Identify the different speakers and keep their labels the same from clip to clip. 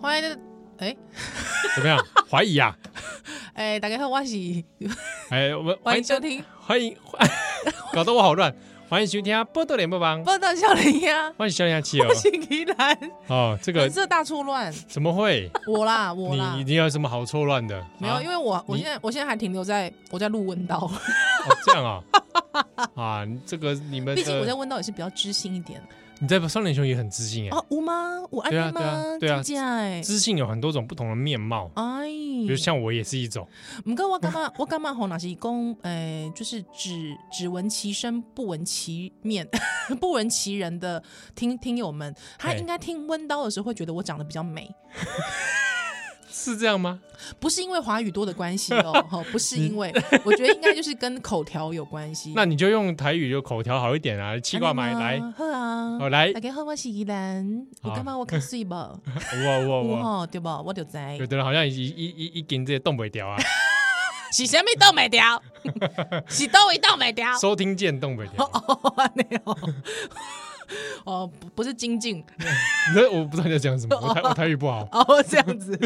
Speaker 1: 欢迎的，哎
Speaker 2: 怎么样？怀疑啊？
Speaker 1: 哎，大家好，我是
Speaker 2: 哎，我们
Speaker 1: 欢迎收听
Speaker 2: 欢迎，搞得我好乱。 欢迎收听《波多联播帮》，
Speaker 1: 报道笑林呀，
Speaker 2: 欢迎小杨七哦
Speaker 1: 我。是宜兰，
Speaker 2: 哦，
Speaker 1: 这
Speaker 2: 这个
Speaker 1: 这大错 乱，
Speaker 2: 怎么会？
Speaker 1: 我啦我啦
Speaker 2: 你，你有什么好错乱的？
Speaker 1: 没有，
Speaker 2: 啊
Speaker 1: 因为我我
Speaker 2: 你
Speaker 1: 现在我现在还停留在我在录温刀，
Speaker 2: 哦这样 啊啊！你这个你们
Speaker 1: 毕竟我在
Speaker 2: 的
Speaker 1: 温刀也是比较知性一点
Speaker 2: 你在少年兄也很自信哎，
Speaker 1: 哦，有吗？我爱
Speaker 2: 对啊
Speaker 1: 你
Speaker 2: 对啊
Speaker 1: 吗？
Speaker 2: 对啊
Speaker 1: 真的哎，
Speaker 2: 自信有很多种不同的面貌，
Speaker 1: 哎，
Speaker 2: 比如像我也是一种。
Speaker 1: 唔过我干嘛我干嘛吼那是讲，诶、就是只只闻其声不闻其面， 不闻其人的听听友们，他
Speaker 2: 嘿
Speaker 1: 应该听温刀的时候会觉得我长得比较美，
Speaker 2: 是这样吗？
Speaker 1: 不是因为华语多的关 系哦，吼不是因为，我觉得应该就是跟口条有关系。哎
Speaker 2: 那你就用台语就口条好一点啊，气挂买来，
Speaker 1: 好啊，
Speaker 2: 哦 来
Speaker 1: 大，家好，我是依兰，我
Speaker 2: 好
Speaker 1: 干嘛我看水不？
Speaker 2: 哇哇
Speaker 1: 我
Speaker 2: 哇！
Speaker 1: 吼对不？我就知道，
Speaker 2: 有的人好像一一一一根这些动不掉啊，
Speaker 1: 是啥物都没 掉，是都位都没掉。
Speaker 2: 收听键动不掉。
Speaker 1: 哦，安尼哦， 哦，不不是精进
Speaker 2: 那我不知道你在 讲什么，我台我台语不好。
Speaker 1: 哦，这样 子。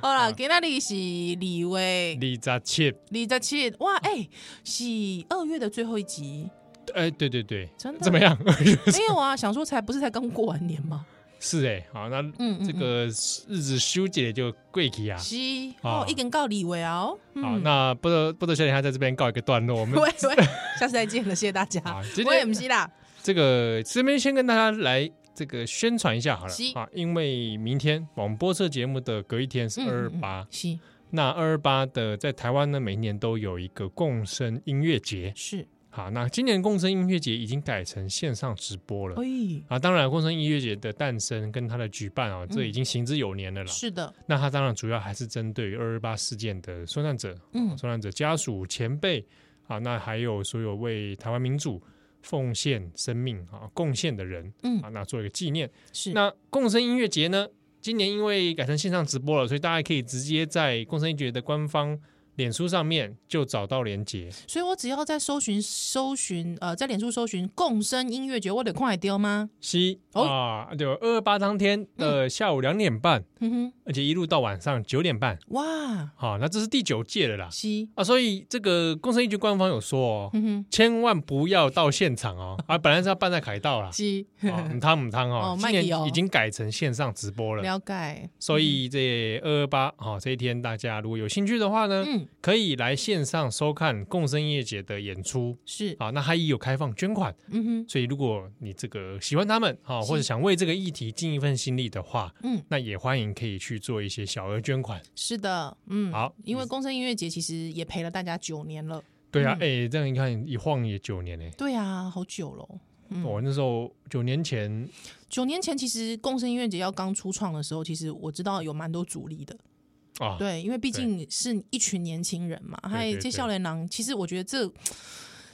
Speaker 1: 好啦，今仔日是二月
Speaker 2: 李扎切，
Speaker 1: 二十七，哇，哎、是二月的最后一集，
Speaker 2: 哎，对对对
Speaker 1: 真的，
Speaker 2: 怎么样？
Speaker 1: 没有啊？想说才不是才刚过完年吗？
Speaker 2: 是哎，好，那
Speaker 1: 嗯嗯
Speaker 2: 这个日子修姐就贵起啊。
Speaker 1: 是
Speaker 2: 啊
Speaker 1: 哦，一经到二月啊、哦，
Speaker 2: 好，
Speaker 1: 嗯，
Speaker 2: 那不得不得小姐她在这边告一个段落，我们
Speaker 1: 喂喂，下次再见了，谢谢大家。
Speaker 2: 啊，今
Speaker 1: 我也
Speaker 2: 天
Speaker 1: 不是啦，
Speaker 2: 这个这边先跟大家来这个宣传一下好了
Speaker 1: 是
Speaker 2: 啊，因为明天我们播这节目的隔一天是
Speaker 1: 嗯嗯
Speaker 2: 二二
Speaker 1: 嗯
Speaker 2: 八，
Speaker 1: 是
Speaker 2: 那二二八的在台湾呢，每一年都有一个共生音乐节。
Speaker 1: 嗯是，
Speaker 2: 好，那今年共生音乐节已经改成线上直播了。
Speaker 1: 哎，
Speaker 2: 啊，当然，共生音乐节的诞生跟它的举办啊，这已经行之有年了啦。
Speaker 1: 嗯是的，
Speaker 2: 那它当然主要还是针对于二二八事件的受难者、
Speaker 1: 嗯，
Speaker 2: 受难者家属、前辈啊，那还有所有为台湾民主奉献生命啊、贡献的人，
Speaker 1: 嗯
Speaker 2: 啊，那做一个纪念。
Speaker 1: 是，
Speaker 2: 那共生音乐节呢，今年因为改成线上直播了，所以大家可以直接在共生音乐节的官方脸书上面就找到连接。
Speaker 1: 所以我只要在搜寻搜寻呃，在脸书搜寻“共生音乐节”，我得快丢吗？
Speaker 2: 西
Speaker 1: 哦嗯
Speaker 2: 啊，就二二八当天的下午两点半，
Speaker 1: 哼嗯哼，
Speaker 2: 而且一路到晚上九点半。
Speaker 1: 哇，
Speaker 2: 好、那这是第九届了啦。
Speaker 1: 西，
Speaker 2: 啊，所以这个共生一局官方有说哦，
Speaker 1: 哼嗯哼，
Speaker 2: 千万不要到现场哦， 啊，本来是要办在凯道啦，
Speaker 1: 西，
Speaker 2: 啊，母汤母汤哦
Speaker 1: 哦，
Speaker 2: 今
Speaker 1: 麦迪哦
Speaker 2: 年已经改成线上直播了，
Speaker 1: 了解，
Speaker 2: 所以这二二八哦这一天大家如果有兴趣的话呢，
Speaker 1: 嗯，
Speaker 2: 可以来线上收看共生音乐节的演出
Speaker 1: 是，
Speaker 2: 啊，那它也有开放捐款，
Speaker 1: 嗯哼，
Speaker 2: 所以如果你这个喜欢他们啊，
Speaker 1: 是
Speaker 2: 或者想为这个议题尽一份心力的话，
Speaker 1: 嗯，
Speaker 2: 那也欢迎可以去做一些小额捐款。
Speaker 1: 是的，嗯，
Speaker 2: 好
Speaker 1: 因为共生音乐节其实也陪了大家九年了，
Speaker 2: 对啊
Speaker 1: 嗯，
Speaker 2: 哎、这样一看一晃也九年嘞、
Speaker 1: 对啊，好久了哦。嗯，
Speaker 2: 我那时候九年前，
Speaker 1: 九年前其实共生音乐节要刚初创的时候，其实我知道有蛮多阻力的，
Speaker 2: 啊，
Speaker 1: 对，因为毕竟是一群年轻人嘛，还有
Speaker 2: 对
Speaker 1: 这
Speaker 2: 对
Speaker 1: 少年郎，其实我觉得这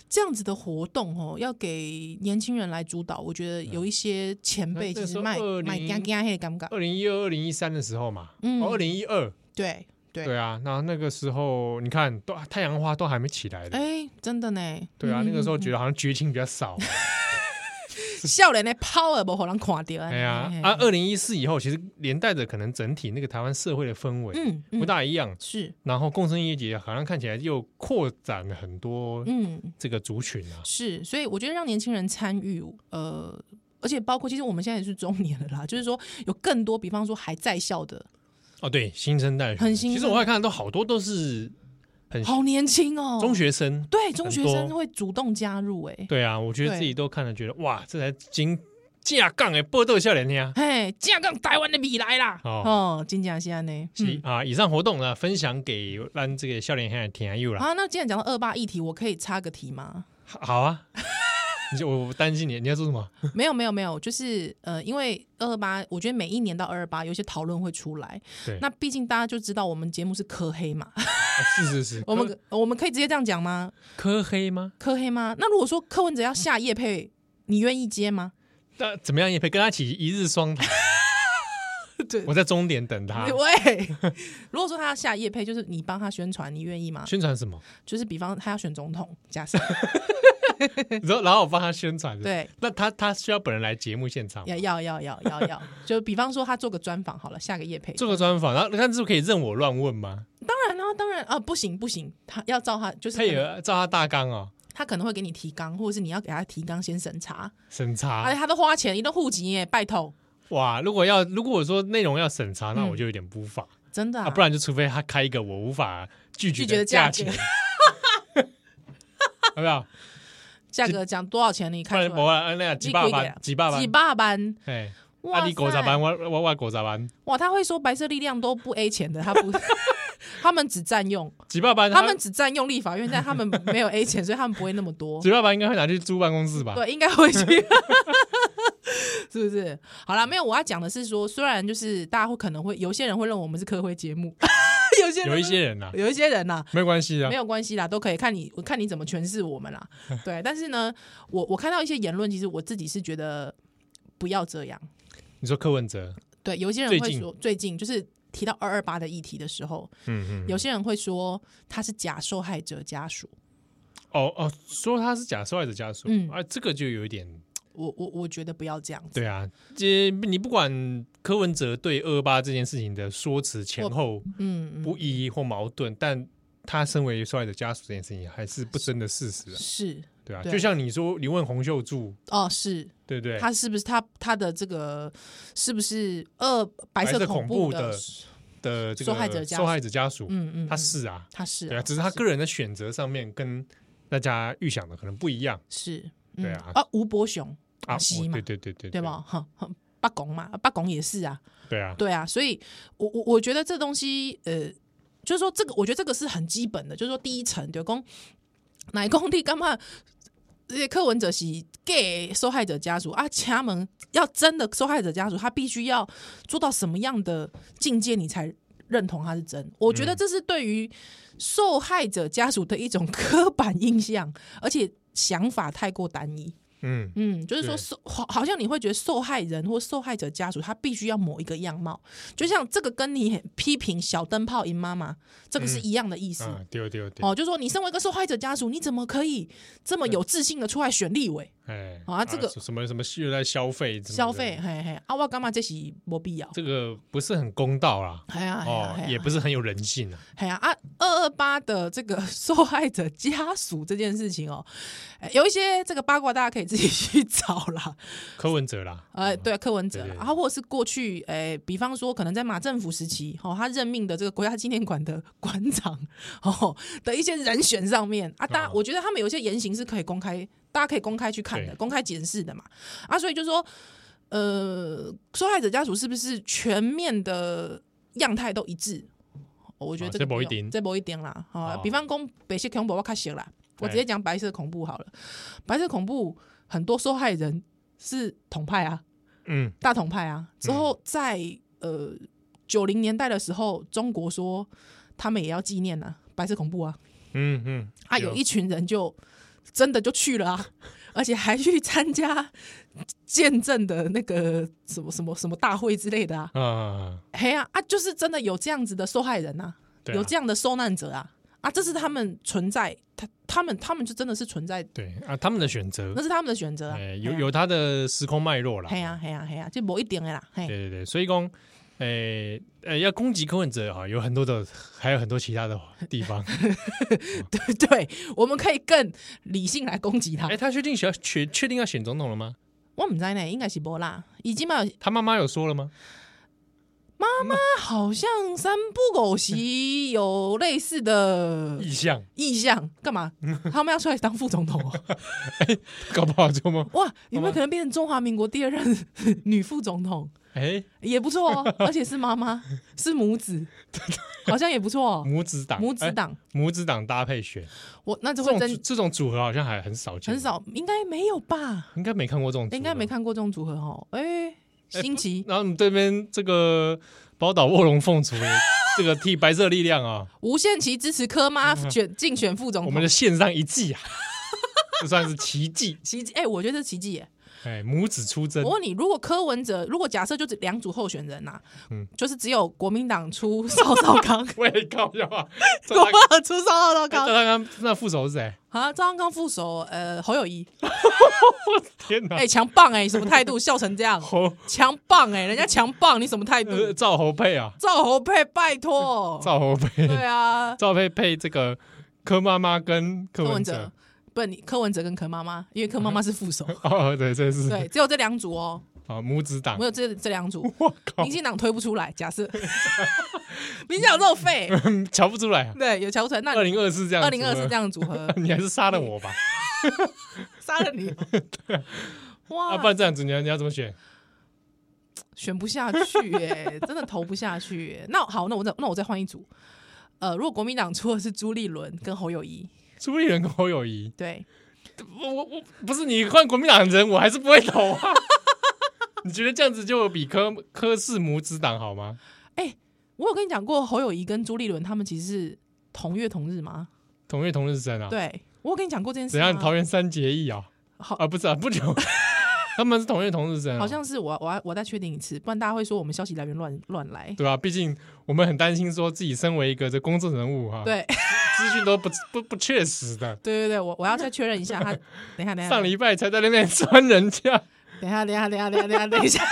Speaker 1: 这样子的活动哦，要给年轻人来主导，我觉得有一些前辈
Speaker 2: 嗯那
Speaker 1: 其
Speaker 2: 那时
Speaker 1: 实
Speaker 2: 候
Speaker 1: 卖
Speaker 2: 20
Speaker 1: 卖干干黑的尴尬，
Speaker 2: 二零一二、二零一三的时候嘛，
Speaker 1: 啊嗯
Speaker 2: 哦，二零一二，
Speaker 1: 对对，
Speaker 2: 对啊，那那个时候你看，都太阳花都还没起来的，
Speaker 1: 哎，真的呢，嗯
Speaker 2: 对啊，那 个时候觉
Speaker 1: 得
Speaker 2: 得好像绝情比较少，
Speaker 1: 少年的 power 不让人看到，
Speaker 2: 哎呀
Speaker 1: 嘿，
Speaker 2: 啊，，二零一四以后，其实连带着可能整体那个台湾社会的氛围
Speaker 1: 嗯，嗯
Speaker 2: 不大一样，
Speaker 1: 是，
Speaker 2: 然后共生音乐节好像看起来又扩展了很多
Speaker 1: 嗯
Speaker 2: 这个族群啊，
Speaker 1: 是，所以我觉得让年轻人参与，呃。而且包括，其实我们现在也是中年了啦，就是说有更多，比方说还在校的，
Speaker 2: 哦，对，新生代的学生，
Speaker 1: 很新生
Speaker 2: 其实我还看到好多都是很
Speaker 1: 好年轻哦，
Speaker 2: 嗯中学生，
Speaker 1: 对，中
Speaker 2: 很
Speaker 1: 学
Speaker 2: 多
Speaker 1: 生会主动加入、欸，
Speaker 2: 对啊，我觉得
Speaker 1: 对
Speaker 2: 自己都看了，觉得哇，这才金架杠哎，波斗笑脸呀。
Speaker 1: 哎，嘿，这样台湾的未来啦，
Speaker 2: 哦
Speaker 1: 哦，真正是安尼。
Speaker 2: 是、
Speaker 1: 嗯
Speaker 2: 啊，以上活动呢，分享给让这个笑脸兄弟听友啦。
Speaker 1: 啊，那既然讲到二八议题，我可以插个题吗？
Speaker 2: 好好啊， 你就我我担心你，你要做什么？
Speaker 1: 没有，没有，没有，就是呃，因为二二八，我觉得每一年到二二八，有一些讨论会出来。
Speaker 2: 对
Speaker 1: 那毕竟大家就知道我们节目是科黑嘛，
Speaker 2: 啊是是是，
Speaker 1: 我们我们可以直接这样讲吗？
Speaker 2: 科科黑 吗？
Speaker 1: 科黑吗？那如果说柯文哲要下夜配，你愿意接吗？
Speaker 2: 那怎么样也可以跟他起一日双塔。
Speaker 1: 对
Speaker 2: 我在终点 等他。
Speaker 1: 喂，如果说他要下夜配，就是你帮他宣传，你愿意吗？
Speaker 2: 宣传什么？
Speaker 1: 就是比方他要选总统，假设
Speaker 2: 然后然后我帮他宣传。，
Speaker 1: 对，
Speaker 2: 那他他需要本人来节目现场吗
Speaker 1: 要要要要要要，就比方说他做个专访好了，下个夜配。
Speaker 2: 做个专访，然后看是不是可以任我乱问吗？
Speaker 1: 当然啊，当然啊，不行不行，他要照他就是
Speaker 2: 他也照他大纲哦，
Speaker 1: 他可能会给你提纲，或者是你要给他提纲先审查，
Speaker 2: 审
Speaker 1: 而
Speaker 2: 查
Speaker 1: 且他都花钱，一个户籍耶，拜托，
Speaker 2: 哇！如果要如果我说内容要审查，那
Speaker 1: 嗯
Speaker 2: 我就有点无法
Speaker 1: 真的、
Speaker 2: 啊，不然就除非他开一个我无法拒绝
Speaker 1: 拒绝的价
Speaker 2: 价
Speaker 1: 格
Speaker 2: 钱， 有没有？
Speaker 1: 价格讲多少钱你
Speaker 2: 不
Speaker 1: 看
Speaker 2: 然
Speaker 1: 出
Speaker 2: 不
Speaker 1: 来？
Speaker 2: 然那样几百万，几百
Speaker 1: 几百
Speaker 2: 万，
Speaker 1: 万，
Speaker 2: 哎，
Speaker 1: 哇
Speaker 2: 阿
Speaker 1: 塞！
Speaker 2: 里狗咋办？我我我狗咋办？
Speaker 1: 哇，他会说白色力量都不 A 钱的，他 不，他们只占用，
Speaker 2: 几百万，
Speaker 1: 他们只占用立法院，但他们没有 A 钱，所以他们不会那么多。
Speaker 2: 几百万应该会拿去租办公室吧？
Speaker 1: 对，应该回去， 是不是？好啦，没有，我要讲的是说，虽然就是大家会可能会有些人会认为我们是科会节 目，有些人
Speaker 2: 有一些人呐，啊
Speaker 1: 有一些人呐、
Speaker 2: 没有关系啊
Speaker 1: 没，有关系啦，都可以看你，我看你怎么诠释我们 啦。对，但是呢，我我看到一些言论，其实我自己是觉得不要这样。
Speaker 2: 你说柯文哲，
Speaker 1: 对，有一些人
Speaker 2: 最
Speaker 1: 会
Speaker 2: 近
Speaker 1: 说，最近就是提到二二八的议题的时候，
Speaker 2: 嗯嗯，
Speaker 1: 有些人会说他是假受害者家属。
Speaker 2: 哦哦，说他是假受害者家属，
Speaker 1: 嗯
Speaker 2: 啊，这个就有一点
Speaker 1: 我我我觉得不要这样子，
Speaker 2: 对啊，这你不管柯文哲对二八这件事情的说辞前后
Speaker 1: 嗯，嗯
Speaker 2: 不一或矛盾，但他身为受害者家属这件事情还是不争的事实啊，
Speaker 1: 是
Speaker 2: 对啊，
Speaker 1: 对
Speaker 2: 就像你说，你问洪秀柱，
Speaker 1: 哦，是
Speaker 2: 对不对？
Speaker 1: 他是不是他他的这个是不是呃白
Speaker 2: 色
Speaker 1: 色
Speaker 2: 恐
Speaker 1: 恐
Speaker 2: 怖
Speaker 1: 怖
Speaker 2: 的的这个
Speaker 1: 受害者家属
Speaker 2: 受害者家属，
Speaker 1: 嗯嗯，
Speaker 2: 他
Speaker 1: 嗯
Speaker 2: 是啊，
Speaker 1: 他是
Speaker 2: 对啊，
Speaker 1: 啊
Speaker 2: 只是他个人的选择上面跟大家预想的可能不一样
Speaker 1: 是
Speaker 2: 对
Speaker 1: 嗯
Speaker 2: 啊
Speaker 1: 啊吴伯雄
Speaker 2: 啊，
Speaker 1: 啊是
Speaker 2: 我
Speaker 1: 嘛
Speaker 2: 对对对对
Speaker 1: 对？吧？哼哼，八公嘛，八公也是啊，
Speaker 2: 对啊，
Speaker 1: 对啊，所以我我我觉得这东西，呃，就是说这个，我觉得这个是很基本的，就是说第一层，就讲哪工地干嘛？呃这些柯文哲是 gay 受害者家属啊，他们要真的受害者家属，他必须要做到什么样的境界，你才认同他是真？我觉得这是对于受害者家属的一种刻板印象，而且想法太过单一。
Speaker 2: 嗯，
Speaker 1: 嗯，就是
Speaker 2: 对
Speaker 1: 说受好，好像你会觉得受害人或受害者家属他必须要某一个样貌，就像这个跟你批评小灯泡赢妈妈这个是
Speaker 2: 嗯
Speaker 1: 一样的意思。
Speaker 2: 啊，对对对，
Speaker 1: 哦，就说你身为一个受害者家属，你怎么可以这么有自信的出来选立委、
Speaker 2: 哎，
Speaker 1: 啊这个
Speaker 2: 什么什么又在消费什么的
Speaker 1: 消费？嘿嘿，啊，我干嘛这是没必要？
Speaker 2: 这个不是很公道啦。
Speaker 1: 哎呀，哎呀
Speaker 2: 哦，，也不
Speaker 1: 是，
Speaker 2: 是很有人性啊。
Speaker 1: 哎呀啊，二二八的这个 受害者家属这件事情哦，哎有一些这个八卦大家可以自己去找啦。
Speaker 2: 柯文哲啦，
Speaker 1: 呃，对，柯文哲
Speaker 2: 嗯对
Speaker 1: 啦，
Speaker 2: 对
Speaker 1: 然后或者是过去，诶、比方说可能在马政府时期，哦，他任命的这个国家纪念馆的 馆长，哦的一些人选上面啊，大家、
Speaker 2: 嗯
Speaker 1: 我觉得他们有些言行是可以公开，大家可以公开去看的
Speaker 2: 对，
Speaker 1: 公开检视的嘛，啊，所以就说，呃，受害者家属是不是全面的样态都一致？哦我觉得
Speaker 2: 哦
Speaker 1: 这个
Speaker 2: 这不
Speaker 1: 不
Speaker 2: 一
Speaker 1: 用
Speaker 2: 定
Speaker 1: 这不一定啦。啊、
Speaker 2: 哦
Speaker 1: 比方讲北西恐怖我较熟啦，我
Speaker 2: 对
Speaker 1: 直接讲白色恐怖好了。白色恐怖很多受害人是统派啊，
Speaker 2: 嗯，
Speaker 1: 大统派啊。之后在、呃九零年代的时候，中国说他们也要纪念啊，白色恐怖啊
Speaker 2: 嗯嗯，
Speaker 1: 啊，有一群人就真的就去了啊， 而且还去参加见证的那个什么什么什么大会之类的啊。
Speaker 2: 啊啊，
Speaker 1: 嘿呀啊，就是真的有这样子的受害人呐、
Speaker 2: 对啊
Speaker 1: 有这样的受难者啊啊，这是他们存在，他他们他们就真的是存在，
Speaker 2: 对啊，他们的选择
Speaker 1: 那，是他们的选择啊。
Speaker 2: 哎，有有他的时空脉络啦。
Speaker 1: 嘿呀嘿呀嘿呀，就某一点的啦，
Speaker 2: 对
Speaker 1: 嘿，
Speaker 2: 对对，所以讲，哎哎，要攻击柯文哲啊，有很多的，还有很多其他的 地方。
Speaker 1: 对 对，我们可以更理性来攻击他
Speaker 2: 哎，。他确定选确确定要选总统了吗？
Speaker 1: 我唔知道呢，应该是无啦，已经嘛，
Speaker 2: 他妈妈有说了吗？
Speaker 1: 他好像三不狗席有类似的
Speaker 2: 意向，
Speaker 1: 意向，干嘛？他们要出来当副总统哦？
Speaker 2: 搞不好就吗？
Speaker 1: 哇，有没有可能变成中华民国第二任女副总统？
Speaker 2: 哎，
Speaker 1: 也不错 哦，而且是妈妈，是母子，好像也不错哦。
Speaker 2: 母子党，
Speaker 1: 母子
Speaker 2: 哎，
Speaker 1: 党，
Speaker 2: 母子党搭配选，
Speaker 1: 我那就
Speaker 2: 这
Speaker 1: 会
Speaker 2: 种
Speaker 1: 真
Speaker 2: 这种组合好像还很少见，
Speaker 1: 很，少，应该没有吧？
Speaker 2: 应该没看过这种，
Speaker 1: 应该没。看过这种组合哦。哎， 新奇，
Speaker 2: 然后我们这边这个宝岛卧龙凤雏，这个替白色力 量啊，
Speaker 1: 无限期支持柯妈
Speaker 2: 嗯
Speaker 1: 选竞选副总
Speaker 2: 我
Speaker 1: 统
Speaker 2: 们的，线上一季啊，这算是奇迹。
Speaker 1: 奇迹哎，我觉得这奇迹耶，
Speaker 2: 哎，母子出征
Speaker 1: 我，问你，如果柯文哲，如果假设就是两组候选人呐、
Speaker 2: 嗯
Speaker 1: 就是只有国民党出邵少 康，
Speaker 2: 喂，靠要 啊！赵
Speaker 1: 国
Speaker 2: 大
Speaker 1: 民党出邵少
Speaker 2: 赵
Speaker 1: 康
Speaker 2: 大刚那副手是谁？
Speaker 1: 啊，赵少康副手呃侯友谊，
Speaker 2: 天哪
Speaker 1: 哎、！强棒哎、你什么态度？笑成这样，
Speaker 2: 侯
Speaker 1: 强棒哎、人家强棒，你什么态度？
Speaker 2: 呃赵侯配啊，
Speaker 1: 赵侯配，拜托，
Speaker 2: 赵侯配，
Speaker 1: 对啊，
Speaker 2: 赵配配这个柯妈妈跟 柯
Speaker 1: 柯文
Speaker 2: 文
Speaker 1: 哲
Speaker 2: 哲。
Speaker 1: 不，你柯文哲跟柯妈妈，因为柯妈妈是副手，
Speaker 2: 哦，对，这是
Speaker 1: 对，只有这两组哦，
Speaker 2: 啊母子党
Speaker 1: 没。有这这两组，
Speaker 2: 我靠
Speaker 1: 民，进党推不出来，假设 民进党这么废，
Speaker 2: 瞧不出来啊！
Speaker 1: 对，有瞧不出来，那
Speaker 2: 二零二四这样，
Speaker 1: 二零二是这，样组合，
Speaker 2: 你还是杀了我吧！
Speaker 1: 杀了你，
Speaker 2: 啊，
Speaker 1: 哇
Speaker 2: 不，然这样子，你要你要怎么选？
Speaker 1: 选不下去耶、真的投不下去、耶。那好，那我再那我再换一组，呃，如果国民党出的是朱立伦跟侯友谊，
Speaker 2: 朱立伦跟侯友谊，
Speaker 1: 对，
Speaker 2: 我我我不是你换国民党人，我还是不会投啊！ 你觉得这样子就比柯柯氏母子党好吗？
Speaker 1: 我有跟你讲过侯友谊跟朱立伦他们其实是同月同日吗？
Speaker 2: 同月同日生啊？
Speaker 1: 对，我有跟你讲过这件事
Speaker 2: 怎
Speaker 1: 吗，
Speaker 2: 样？桃园三结义啊？
Speaker 1: 好
Speaker 2: 啊，不是啊，不久， 他们是同月同日生啊，
Speaker 1: 好像是我我要我再确定一次，不然大家会说我们消息来源乱乱来。
Speaker 2: 对吧、啊毕竟我们很担心说自己身为一个这公众人物哈、
Speaker 1: 对
Speaker 2: 资讯都不不不确实的。
Speaker 1: 对对对，我我要再确认一下他。等一下等一下，
Speaker 2: 上礼拜才在那边酸人 家
Speaker 1: 啊等一下等一下等一下等一下等一下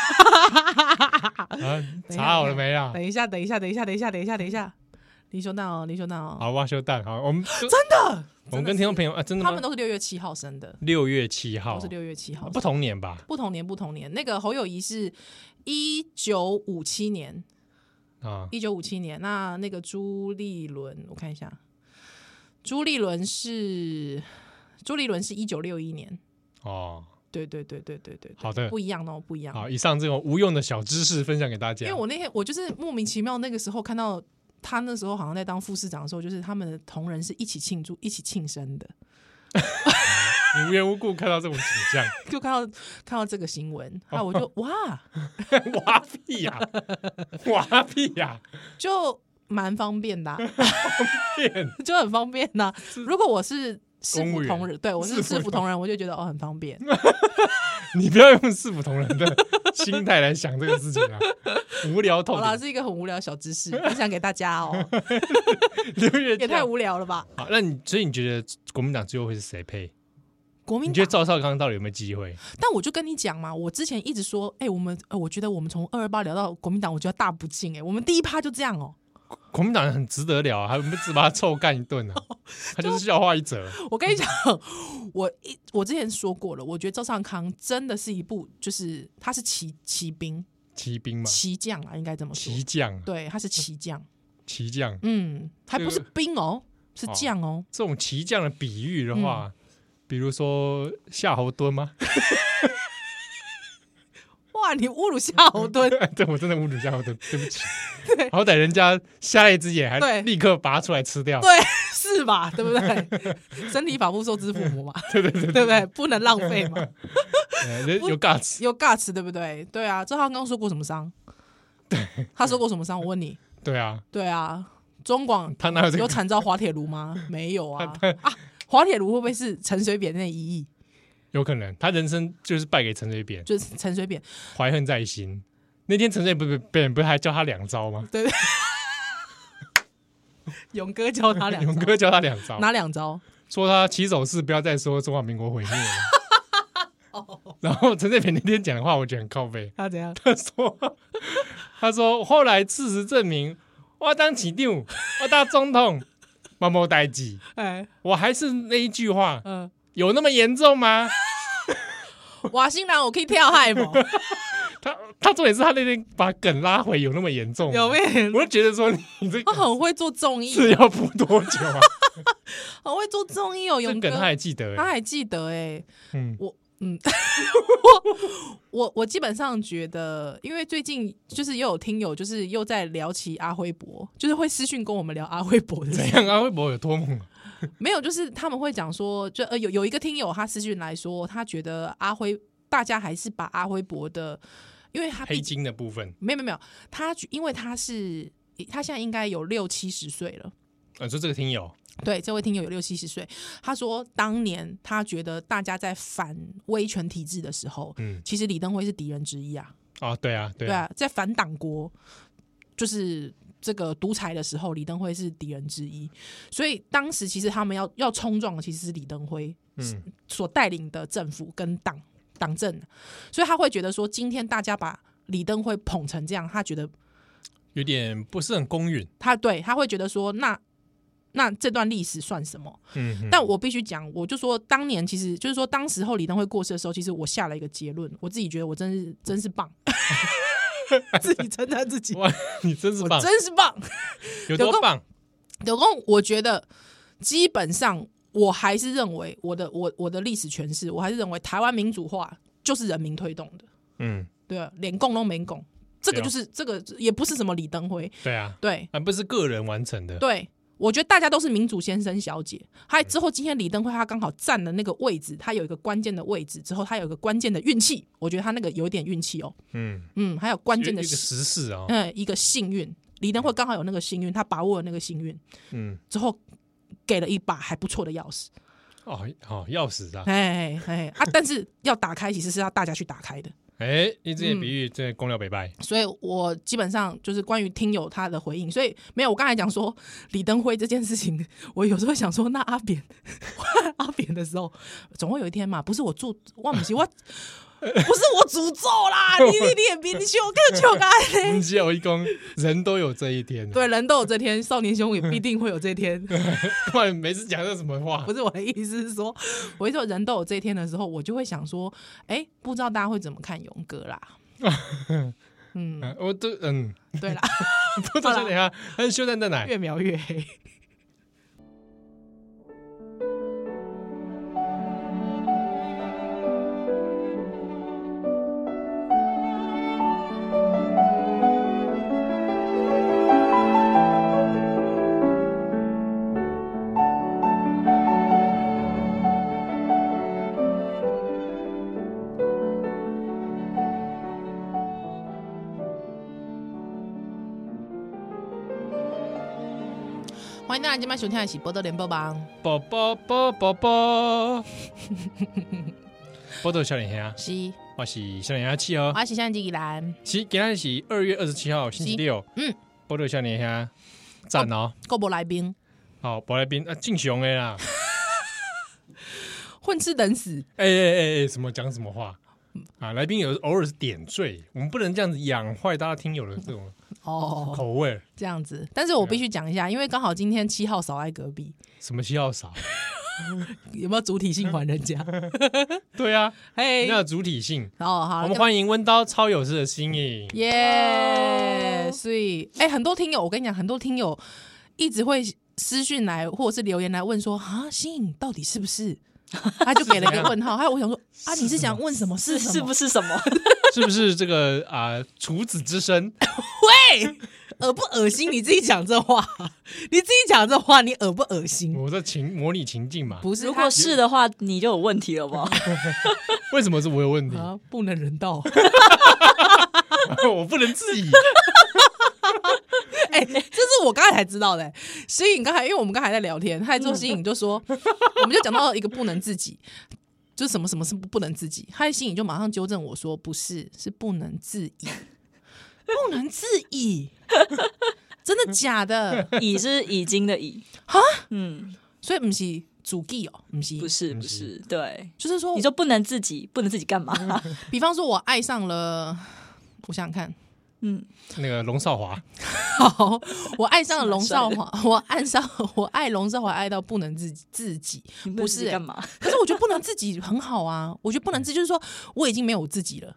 Speaker 2: 啊，查好了没啊？
Speaker 1: 等一下等一下等一下等一下等一下等一下，林修蛋哦林修蛋哦，
Speaker 2: 好，挖修蛋，好，我们真
Speaker 1: 的，
Speaker 2: 我们跟听众朋友啊，真的
Speaker 1: 他们
Speaker 2: 吗？
Speaker 1: 都是六月七号生的，
Speaker 2: 六月七号
Speaker 1: 都是，六月七号
Speaker 2: 不
Speaker 1: 生，
Speaker 2: 同年吧？
Speaker 1: 不同年不同年。那个侯友谊是一九五七年，
Speaker 2: 啊，
Speaker 1: 一九五七年。那那个朱立伦，我看一下，朱立伦是朱立伦是一九六一年。
Speaker 2: 哦，
Speaker 1: 对对对对对对，对
Speaker 2: 好的
Speaker 1: 不一样哦，不一样。
Speaker 2: 好，以上这种无用的小知识分享给大
Speaker 1: 因
Speaker 2: 家
Speaker 1: 为。我那天我就是莫名其妙，那个时候看到他那时候好像在当副市长的时候，就是他们的同仁是一起庆祝、一起庆生的，
Speaker 2: 你无缘无故看到这种景 象，
Speaker 1: 就看到看到这个新闻，啊，我
Speaker 2: 哦
Speaker 1: 就哇，
Speaker 2: 挖 屁呀，挖屁呀，
Speaker 1: 就蛮方便的啊、
Speaker 2: 骗
Speaker 1: 就很方便呐、如果我是市
Speaker 2: 公务
Speaker 1: 府
Speaker 2: 员
Speaker 1: 同仁，对我
Speaker 2: 市
Speaker 1: 是
Speaker 2: 府
Speaker 1: 市府同仁，我就觉得哦很方 便。
Speaker 2: 你不要用四不同人的心态来想这个事情 啊，无聊透
Speaker 1: 好啦，
Speaker 2: 顶。
Speaker 1: 是一个很无聊的小知识，分享给大家 哦，
Speaker 2: 六月
Speaker 1: 也
Speaker 2: 七
Speaker 1: 太
Speaker 2: 号
Speaker 1: 无聊了吧？
Speaker 2: 好，那 你所以你觉得国民党最后会是谁配？
Speaker 1: 国民
Speaker 2: 你觉得
Speaker 1: 党，
Speaker 2: 赵少康到底有没有机会？
Speaker 1: 但我就跟你讲嘛，我之前一直说，哎、我们，呃，我觉得我们从二二八聊到国民党，我觉得大不敬，哎，我们第一趴就这样哦、
Speaker 2: 国民党很值得聊啊，还不只把他臭干一顿呢、 啊？他就是笑话一则。
Speaker 1: 我跟你讲，我一我之前说过了，我觉得赵尚康真的是一部，就是他是骑骑兵、
Speaker 2: 骑兵 嘛，
Speaker 1: 骑将啊，应该这么说
Speaker 2: 骑。将，啊
Speaker 1: 对，他是骑 将，
Speaker 2: 骑将
Speaker 1: 嗯，还不是兵哦，是将哦。
Speaker 2: 这种骑将的比喻的
Speaker 1: 嗯
Speaker 2: 话，比如说夏侯惇吗？
Speaker 1: 哇，你侮辱夏侯惇，
Speaker 2: 对我真的侮辱夏侯惇，对不起。好歹人家瞎了一只眼，还
Speaker 1: 对
Speaker 2: 立刻拔出来吃掉。
Speaker 1: 对，是吧？ 对不对？身体发肤受之父母嘛，
Speaker 2: 对对 对
Speaker 1: 对不对？不能浪费嘛，
Speaker 2: 呃有有 guts，
Speaker 1: 有 guts，对不对？对啊，赵尚康受过什么伤？对，他受过什么伤？我问你，
Speaker 2: 对啊，
Speaker 1: 对啊，中广
Speaker 2: 他哪有这
Speaker 1: 有
Speaker 2: 个？
Speaker 1: 惨遭滑铁卢吗？ 没有啊啊！滑铁卢会不会是陈水扁那一役？
Speaker 2: 有可能他人生就是败给陈水扁，
Speaker 1: 就是陈水扁，
Speaker 2: 怀恨在心。那天陈水扁不扁不是还教他两招吗？
Speaker 1: 对，勇哥教他两招，
Speaker 2: 勇哥教他两招，
Speaker 1: 哪两招？
Speaker 2: 说他起手式不要再说中华民国毁灭了。 然后陈水扁那天讲的话，我觉得很靠背。
Speaker 1: 他怎样？
Speaker 2: 他说：“他说后来事实证明，我当起定，我当总统，某某代记，
Speaker 1: 哎，
Speaker 2: 我还是那一句话，
Speaker 1: 嗯、
Speaker 2: 有那么严重吗？”
Speaker 1: 瓦辛兰，我可以跳海 吗？
Speaker 2: 他他重点是他那天把梗拉回，有那么严重吗？
Speaker 1: 有没哦有？
Speaker 2: 我就觉得说你你这
Speaker 1: 他
Speaker 2: 个
Speaker 1: 很会做综艺，
Speaker 2: 是要补多 久啊？
Speaker 1: 很会做综艺哦，
Speaker 2: 这
Speaker 1: 勇
Speaker 2: 梗
Speaker 1: 哥
Speaker 2: 他还记得、
Speaker 1: 他
Speaker 2: 欸，
Speaker 1: 还记得哎，
Speaker 2: 嗯，
Speaker 1: 我嗯，我我我基本上觉得，因为最近就是也有听友就是又在聊起阿辉伯，就是会私讯跟我们聊阿辉伯的事
Speaker 2: 怎样啊？微博有多猛啊？
Speaker 1: 没有，就是他们会讲说，就呃有有一个听友他私讯来说，他觉得阿辉大家还是把阿辉伯的，因为他
Speaker 2: 黑
Speaker 1: 毕竟
Speaker 2: 金的部分
Speaker 1: 没有没有没有，他因为他是他现在应该有六七十岁了，
Speaker 2: 啊，说这个听友，
Speaker 1: 对，这位听友有六七十岁，他说当年他觉得大家在反威权体制的时候，
Speaker 2: 嗯，
Speaker 1: 其实李登辉是敌人之一啊，
Speaker 2: 啊，对啊，对
Speaker 1: 对啊，在反党国就是这个独裁的时候，李登辉是敌人之一，所以当时其实他们要要冲撞的其实是李登辉
Speaker 2: 嗯，
Speaker 1: 所带领的政府跟党党政，所以他会觉得说，今天大家把李登辉捧成这样，他觉得
Speaker 2: 有点不是很公允，
Speaker 1: 他对他会觉得说，那那这段历史算什么？
Speaker 2: 嗯，嗯
Speaker 1: 但我必须讲，我就说当年其实就是说，当时候李登辉过世的时候，其实我下了一个结论，我自己觉得我真是真是棒， 自己称赞自己，
Speaker 2: 哇，你真是
Speaker 1: 我
Speaker 2: 棒，
Speaker 1: 真是棒。
Speaker 2: 有
Speaker 1: 有
Speaker 2: 多
Speaker 1: 够
Speaker 2: 棒？
Speaker 1: 有功，我觉得基本上我还是认为我的我我的历史诠释，我还是认为台湾民主化就是人民推动的，
Speaker 2: 嗯，
Speaker 1: 对吧？连共都没共，这个
Speaker 2: 对啊
Speaker 1: 就是这个也不是什么李登辉，
Speaker 2: 对啊，
Speaker 1: 对，
Speaker 2: 啊，不是个人完成的，
Speaker 1: 对，我觉得大家都是民主先生小姐。还之后今天李登辉他刚好占了那个位置，他有一个关键的位置，之后他有一个关键的运气，我觉得他那个有一点运气哦，
Speaker 2: 嗯，
Speaker 1: 嗯，还有关键的
Speaker 2: 有一个
Speaker 1: 幸
Speaker 2: 时事啊，
Speaker 1: 嗯一个幸运，李登辉刚好有那个幸运，他把握了那个幸运
Speaker 2: 嗯，
Speaker 1: 之后。给了一把还不错的钥匙，
Speaker 2: 哦，好，钥匙啊，
Speaker 1: 哎哎啊！但是要打开，其实是要大家去打开的。
Speaker 2: 哎，你这些
Speaker 1: 嗯
Speaker 2: 比喻在公了北拜，
Speaker 1: 所以我基本上就是关于听友他的回应，所以没有我刚才讲说李登辉这件事情，我有时候想说，那阿扁阿扁的时候，总会有一天嘛，不是我做我不是我不是我诅咒啦，你你你也别你修更修干 嘞。
Speaker 2: 你只有一公，人都有这一天，，
Speaker 1: 哎对，人都有这天，少年兄也必定会有这天。
Speaker 2: 不然每次讲这什么话
Speaker 1: 不，是我的意思是说，我一说人都有这天的时候，我就会想说，哎、不知道大家会怎么看勇哥啦？嗯，
Speaker 2: 嗯我都嗯，
Speaker 1: 对啦，
Speaker 2: 不多说等一下，但是修蛋在哪？
Speaker 1: 越描越黑。欢迎大家今晚收听的是《波多联播榜》。
Speaker 2: 宝宝宝宝宝，波多笑脸虾，
Speaker 1: 是，
Speaker 2: 啊我是笑脸虾七哦，
Speaker 1: 我是向吉兰，
Speaker 2: 其实今天是二月二十七号星期六，
Speaker 1: 嗯，
Speaker 2: 波多笑脸虾，啊赞哦，
Speaker 1: 够不来宾，
Speaker 2: 好，宝来宾啊，敬雄的啦，
Speaker 1: 混吃等死。
Speaker 2: 哎哎哎哎，什么讲什么话啊？来宾有偶尔是点缀，我们不能这样子养坏大家听友的这种
Speaker 1: 哦，
Speaker 2: 口味，
Speaker 1: 这样子，但是我必须讲一下，因为刚好今天七号扫在隔壁，
Speaker 2: 什么需要少？
Speaker 1: 有没有主体性还人 家？
Speaker 2: 对啊，
Speaker 1: 嘿，
Speaker 2: 要有主体性。
Speaker 1: 哦，哎好，
Speaker 2: 我们欢迎温刀超有事的新颖，
Speaker 1: 耶，所以，哎，很多听友，我跟你讲，很多听友一直会私讯来或者是留言来问说，啊，新颖到底是不是？他就给了一个问号，还有我想说，啊，你是想问什么？
Speaker 3: 是
Speaker 1: 什么
Speaker 3: 是不是什么？
Speaker 2: 是不是这个啊处子之身？
Speaker 3: 喂，恶不恶心？你自己讲这 话，你自己讲这话，你恶不恶心？
Speaker 2: 我在情模拟情 境嘛？
Speaker 1: 不是，
Speaker 3: 如果是的话，你就有问题 了吧？
Speaker 2: 为什么是我有问题
Speaker 1: 他？啊，不能人道。
Speaker 2: 我不能质疑。
Speaker 1: 哎、这是我刚才才知道的、欸。新颖刚才，因为我们刚才在聊天，他之后新颖就 说，我们就讲到一个不能自己，就是什么什么是不能自己。他新颖就马上纠正我说，不是，是不能自 已，不能自已，真的假的？
Speaker 3: 乙是已经的乙
Speaker 1: 哈，
Speaker 3: 嗯，
Speaker 1: 所以不是主义哦，不是，
Speaker 3: 不是
Speaker 2: 嗯
Speaker 3: 不是，对，
Speaker 1: 就是说，
Speaker 3: 你说不能自己，不能自己干嘛？
Speaker 1: 比方说我爱上了，我想想看，
Speaker 3: 嗯，
Speaker 2: 那个龙少华，
Speaker 1: 好，我爱上了龙少
Speaker 3: 是
Speaker 1: 华， 我爱上我爱龙少华爱到不能自己自己，
Speaker 3: 你
Speaker 1: 不
Speaker 3: 能自己
Speaker 1: 是欸
Speaker 3: 干嘛？嗯
Speaker 1: 可是我觉得不能自己很好啊，我觉得不能自己就是说我已经没有我自己了，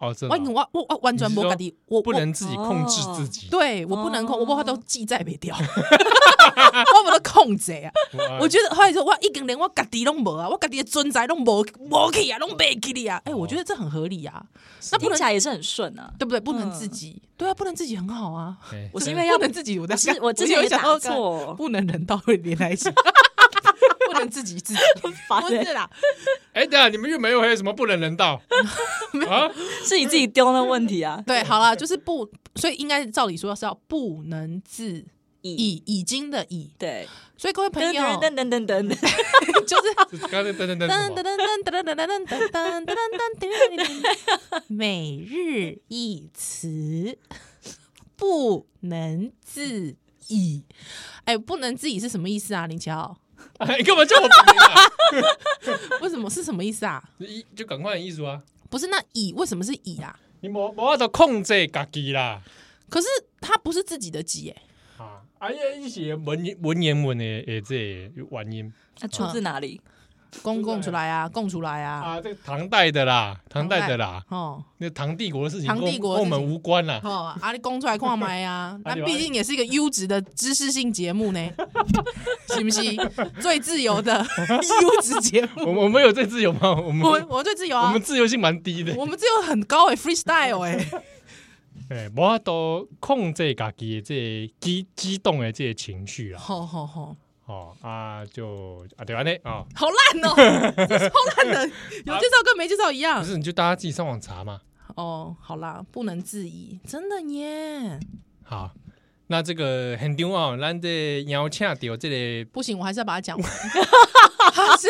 Speaker 2: 哦，真的
Speaker 1: 完
Speaker 2: 哦
Speaker 1: 我我我完全不
Speaker 2: 你是说
Speaker 1: 自己，我
Speaker 2: 不，能自己控制自己
Speaker 1: 我。对我不能控，
Speaker 3: 哦
Speaker 1: 我把它都记在没掉， 我把它控制啊。
Speaker 3: 哎
Speaker 2: 我
Speaker 1: 我觉得后来说，我已经连我家己拢无啊，我家己的存在拢无无去啊，拢没去的啊。哎，我觉得这很合理啊，那不
Speaker 3: 听
Speaker 1: 能
Speaker 3: 起来也哦是很顺啊。
Speaker 1: 对不对？不能自己，对啊，不能自己很好啊。
Speaker 2: 哎
Speaker 3: 我是
Speaker 2: 真
Speaker 3: 因
Speaker 2: 的
Speaker 3: 为要
Speaker 1: 不能自己，我在
Speaker 3: 是
Speaker 1: 干
Speaker 3: 我之前
Speaker 1: 有
Speaker 3: 也
Speaker 1: 想
Speaker 3: 打
Speaker 1: 到
Speaker 3: 错
Speaker 1: 不能人道会连在一起，不能自己自己，
Speaker 3: 烦
Speaker 1: 不
Speaker 3: 欸
Speaker 1: 是啦，
Speaker 2: 哎，等一下你们又没有还有什么不能人道啊？
Speaker 3: 是你自己丢的问题啊。
Speaker 1: 对，好了，就是不，所以应该照理说是要不能自
Speaker 3: 嗯
Speaker 4: 以
Speaker 1: 已已经的已，
Speaker 4: 对，
Speaker 1: 所以各位朋
Speaker 4: 噔
Speaker 1: 友，
Speaker 4: 噔噔噔噔噔噔，
Speaker 1: 就是
Speaker 2: 刚才等等等
Speaker 1: 噔噔噔噔噔噔噔噔噔噔噔噔噔，每日一词，不能自已。哎，不能自已是什么意思啊？林乔，
Speaker 2: 哎，干嘛叫我本名啊？
Speaker 1: 为什么是什么意思啊？
Speaker 2: 你就赶快艺术啊！
Speaker 1: 不是那已为什么是已啊？
Speaker 2: 你无无法度控制家己啦。
Speaker 1: 可是它不是自己的己 哎，
Speaker 2: 啊，啊，一一些文言文言文的诶，这个原因
Speaker 4: 那出自哪里？
Speaker 1: 公供出来啊，供出来啊，
Speaker 2: 啊，这个唐代的啦，唐代的啦，
Speaker 1: 哦
Speaker 2: 那唐帝国的事情，
Speaker 1: 唐
Speaker 2: 跟
Speaker 1: 帝国的
Speaker 2: 跟我
Speaker 1: 事
Speaker 2: 们
Speaker 1: 情
Speaker 2: 无关啦。
Speaker 1: 哦，啊你供出来看麦 啊，那
Speaker 2: 啊你
Speaker 1: 毕竟也是一个优质的知识性节目 呢，行不行？最自由的优质节目。
Speaker 2: 我们我们有这自 由吗？我们
Speaker 1: 我我最自由
Speaker 2: 我
Speaker 1: 啊
Speaker 2: 们，自由性蛮低的，
Speaker 1: 我们自由很高哎、f r e e s t y l e 哎、
Speaker 2: 哎，无法度控制家己的这个激激动的这些情绪啦。
Speaker 1: 好好好，
Speaker 2: 哦啊，就啊对安尼啊，
Speaker 1: 好烂 哦、这超烂的，有介绍跟没介绍一
Speaker 2: 不
Speaker 1: 样
Speaker 2: 是你就大家自己上网查嘛。
Speaker 1: 哦。好啦，不能质疑，真的耶，
Speaker 2: 好，那这个很重要，咱这邀请到这个
Speaker 1: 不行，我还是要把它讲 完。他是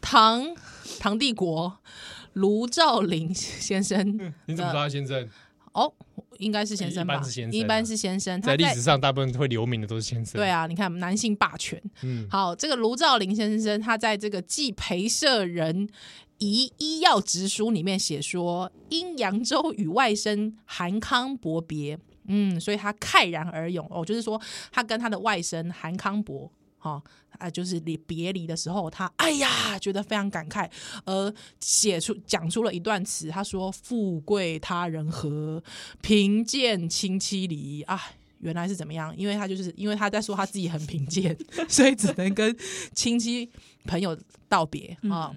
Speaker 1: 唐唐帝国卢照邻先生，
Speaker 2: 你怎么知道先生？
Speaker 1: 哦，应该是先生吧，
Speaker 2: 嗯一般是先生啊
Speaker 1: 一般是先生，他
Speaker 2: 在历史上大部分会留名的都是先生。
Speaker 1: 对，啊，你看男性霸权，
Speaker 2: 嗯，
Speaker 1: 好，这个卢照邻先生他在这个《寄陪舍人遗医药直书》里面写说：“因扬州与外甥韩康伯别，嗯，所以他慨然而勇哦，就是说他跟他的外甥韩康伯。”哦，啊，就是离别离的时候，他哎呀，觉得非常感慨，而写出讲出了一段词，他说：“富贵他人和，贫贱亲戚离。”啊，原来是怎么样？因为他就是因为他在说他自己很贫贱， 所以只能跟亲戚朋友道别
Speaker 4: 嗯
Speaker 1: 啊、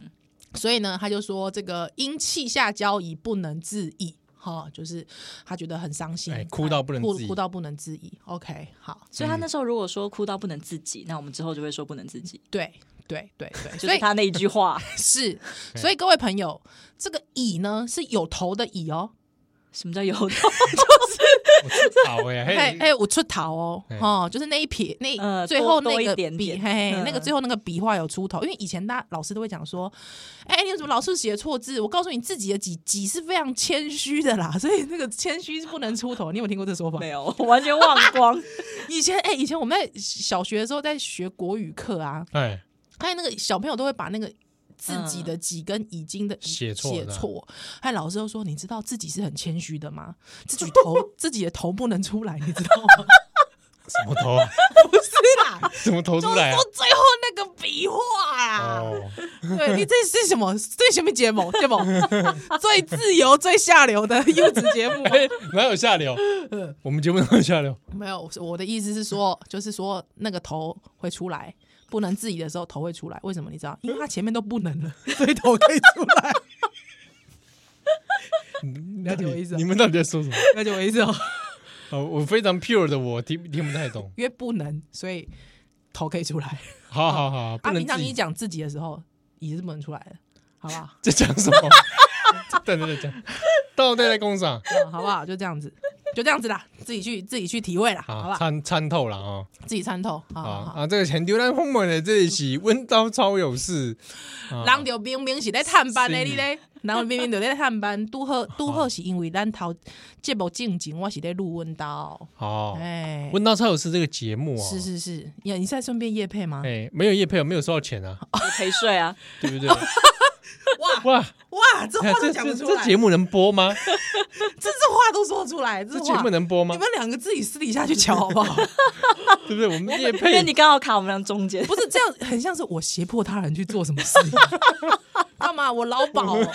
Speaker 1: 所以呢，他就说这个因气下交已不能自已。哈、就是他觉得很伤心，
Speaker 2: 哎哭到不能
Speaker 1: 嗯哭
Speaker 2: 自已
Speaker 1: 哭到不能自已。OK，好，
Speaker 4: 所以他那时候如果说哭到不能自
Speaker 3: 嗯
Speaker 4: 己，那我们之后就会说不能自己，
Speaker 1: 对对对对，
Speaker 4: 就
Speaker 1: 所以
Speaker 4: 是他那一句话，
Speaker 1: 是，
Speaker 2: 哎
Speaker 1: 所以各位朋友，这个乙呢是有头的乙哦，
Speaker 4: 什么叫 有
Speaker 2: 好哎，
Speaker 1: 哎
Speaker 2: 嘿，
Speaker 1: 哎，我出头哦
Speaker 2: 嘿，
Speaker 1: 哦，就是那一撇，那
Speaker 4: 呃
Speaker 1: 最
Speaker 4: 多
Speaker 1: 后
Speaker 4: 多
Speaker 1: 那
Speaker 4: 一
Speaker 1: 个
Speaker 4: 点
Speaker 1: 笔，
Speaker 4: 点
Speaker 1: 嘿，
Speaker 4: 嗯
Speaker 1: 那个最后那个笔画有出头，因为以前大家老师都会讲说，哎，你怎么老是写错字？我告诉你，自己的己己是非常谦虚的啦， 所以那个谦虚是不能出头。你有没有听过这说法？
Speaker 4: 没有，我完全忘光。
Speaker 1: 以前哎，以前我们在小学的时候在学国语课啊，
Speaker 2: 哎，
Speaker 1: 还有那个小朋友都会把那个自己的己跟已经的已
Speaker 2: 嗯写错
Speaker 1: 写
Speaker 2: 的
Speaker 1: 错，还有老师又说，你知道自己是很谦虚的 吗？自己头自己的头不能出来，你知道吗？
Speaker 2: 什么头啊？
Speaker 1: 不是啦，
Speaker 2: 怎么投出
Speaker 1: 就是
Speaker 2: 来啊？
Speaker 1: 说最后那个笔画啊，
Speaker 2: 哦，
Speaker 1: 对你这是什么？最什么节目？节目 最自由、最下流 的优质节目吗？啊
Speaker 2: 哎，哪有下流？
Speaker 1: 嗯
Speaker 2: 我们节目哪有下 流？
Speaker 1: 没有，我的意思是说，就是说那个头会出来。不能自己的时候头会出来，为什么你知道？因为他前面都不能 了，所以头可以出来。了解我意思啊
Speaker 2: 你们到底在说什么？
Speaker 1: 那就我意思哦。
Speaker 2: 哦，我非常 pure 的我听听不太懂。
Speaker 1: 因为不能，所以头可以出来。
Speaker 2: 好好好，不
Speaker 1: 啊，
Speaker 2: 能
Speaker 1: 平
Speaker 2: 自
Speaker 1: 常你
Speaker 2: 己
Speaker 1: 讲自己的时候，也是不能出来的，好不好？
Speaker 2: 在讲什么？ 等等等等，到底在工厂
Speaker 1: 嗯好不好？就这样子，就这样子啦，自己去自己去体会啦，好不
Speaker 2: 啊，
Speaker 1: 好？
Speaker 2: 参参透了啊。
Speaker 1: 自己参透，哦好
Speaker 2: 啊
Speaker 1: 好好。
Speaker 2: 啊！这个前丢烂轰门的这里是温刀超 有事，啊
Speaker 1: 人就明明是在探班的，
Speaker 2: 是哦
Speaker 1: 你咧，人就明明就在探 班，拄好拄好是因为咱头节目进前，我是在录温刀，
Speaker 2: 好，
Speaker 1: 哎，
Speaker 2: 啊温刀超有事这个节目哦，
Speaker 1: 是是是，呀，你是在顺便夜配吗？
Speaker 2: 哎，没有叶配，没有收到钱啊，
Speaker 4: 我陪睡 啊，
Speaker 2: 对不对？哇哇，
Speaker 1: 哇，这哦话都
Speaker 2: 这
Speaker 1: 讲得
Speaker 2: 这
Speaker 1: 出来，
Speaker 2: 这节目能 播吗？
Speaker 1: 这这话都说得出来，
Speaker 2: 这
Speaker 1: 这
Speaker 2: 节
Speaker 1: 话
Speaker 2: 目能播吗
Speaker 1: 你？们两个自己私底下去瞧好不 好？
Speaker 2: 对不对？我们叶
Speaker 4: 因为你
Speaker 2: 配
Speaker 4: 刚好卡我们俩中间，
Speaker 1: 不是这样，很像是我胁迫他人去做什么事， 干嘛？我劳保、哦，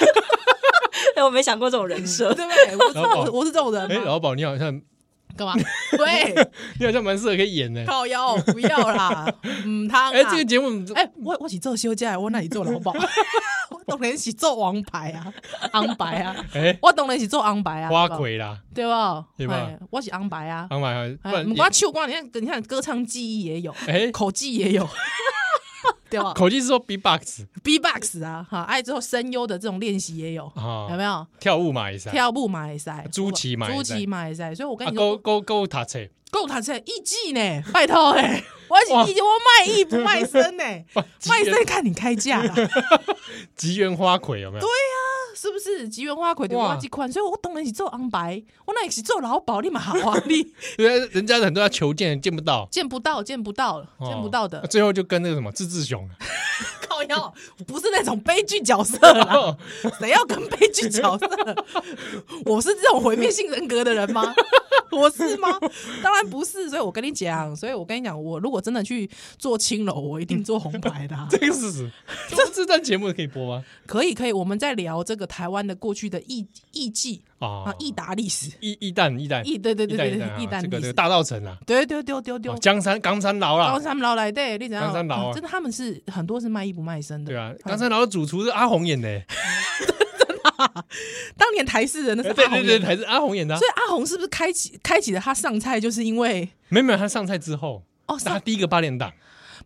Speaker 4: 哎，我没想过这种人设
Speaker 1: 对不。对？我是
Speaker 2: 劳保
Speaker 1: 我我是这种人
Speaker 2: 哎，
Speaker 1: 吗？
Speaker 2: 老宝，你好像
Speaker 1: 干嘛？喂，
Speaker 2: 你好像蛮适合可以演的。
Speaker 1: 靠腰，不要 啦，嗯，他
Speaker 2: 哎，这个节目
Speaker 1: 哎、我我是做休假，我哪里做劳保？ 我当然是做王牌 啊，昂白啊，
Speaker 2: 哎
Speaker 1: 我当然是做昂白啊，
Speaker 2: 花
Speaker 1: 对吧
Speaker 2: 魁啦，
Speaker 1: 对吧？
Speaker 2: 对吧
Speaker 1: 哎我是昂白啊。
Speaker 2: 安排不
Speaker 1: 哎，
Speaker 2: 然
Speaker 1: 我们光秋光，你看，你看，歌唱技艺也有，
Speaker 2: 哎
Speaker 1: 口技也有，
Speaker 3: 对吧
Speaker 2: 口气是说 B-box
Speaker 1: B box 啊，哈，哎之后声优的这种练习也有，有
Speaker 2: 啊，
Speaker 1: 没有？
Speaker 2: 跳舞嘛也是啊，
Speaker 1: 跳舞马也赛，
Speaker 2: 猪旗嘛也
Speaker 1: 猪
Speaker 2: 可以
Speaker 1: 旗马也赛，所以我跟
Speaker 2: 啊
Speaker 1: 你
Speaker 2: 勾
Speaker 1: 说，
Speaker 2: 勾勾塔车，
Speaker 1: 够他这艺伎呢，拜托哎，我
Speaker 2: 哇
Speaker 1: 是艺伎，我卖艺不卖身呢，
Speaker 2: 哇
Speaker 1: 卖
Speaker 2: 吉
Speaker 1: 身看你开价啦，
Speaker 2: 吉原花魁有没有？对，
Speaker 1: 是不是？吉原花魁的
Speaker 2: 哇
Speaker 1: 花几款，所以我当然是做昂白，我那也是做劳保，你嘛好 啊，你
Speaker 2: 人家很多要求见见不到，
Speaker 1: 见不到，见不到，
Speaker 2: 哦
Speaker 1: 见不到 的，
Speaker 2: 最后就跟那个什么志志 雄，
Speaker 1: 靠腰不是那种悲剧角色啦，
Speaker 2: 哦
Speaker 1: 谁要跟悲剧角色？ 我是这种毁灭性人格的人吗？ 我是吗？当然不是，所以我跟你讲，所以我跟你讲，我如果真的去做青楼，我一定做红牌的啊、
Speaker 2: 这个事实，这这段节目可以播吗？
Speaker 1: 可以，可以，我们在聊这个台湾的过去的艺艺伎啊
Speaker 2: 啊，，
Speaker 1: 艺达历史，
Speaker 2: 一一旦一旦
Speaker 1: 艺对对对对对，艺
Speaker 2: 一
Speaker 1: 达历
Speaker 2: 旦这个这个
Speaker 1: 史，
Speaker 2: 大道城啊，
Speaker 1: 对对对对对
Speaker 2: 哦，江山冈山牢
Speaker 1: 高
Speaker 2: 啦，
Speaker 1: 山老来对，你怎样
Speaker 2: 啊冈？山老啊
Speaker 1: 嗯真的，他们是很多是卖艺不卖身的，
Speaker 2: 对啊，冈山牢的主厨是阿红演的，
Speaker 1: 当年台式人那是
Speaker 2: 对
Speaker 1: 阿
Speaker 2: 对
Speaker 1: 红
Speaker 2: 对，
Speaker 1: 演的，
Speaker 2: 还是阿红演的啊
Speaker 1: 所，以阿红是不是开启开启了他上菜，就是因为
Speaker 2: 没有没有，他上菜之后，
Speaker 1: 哦上
Speaker 2: 他第一个八连档，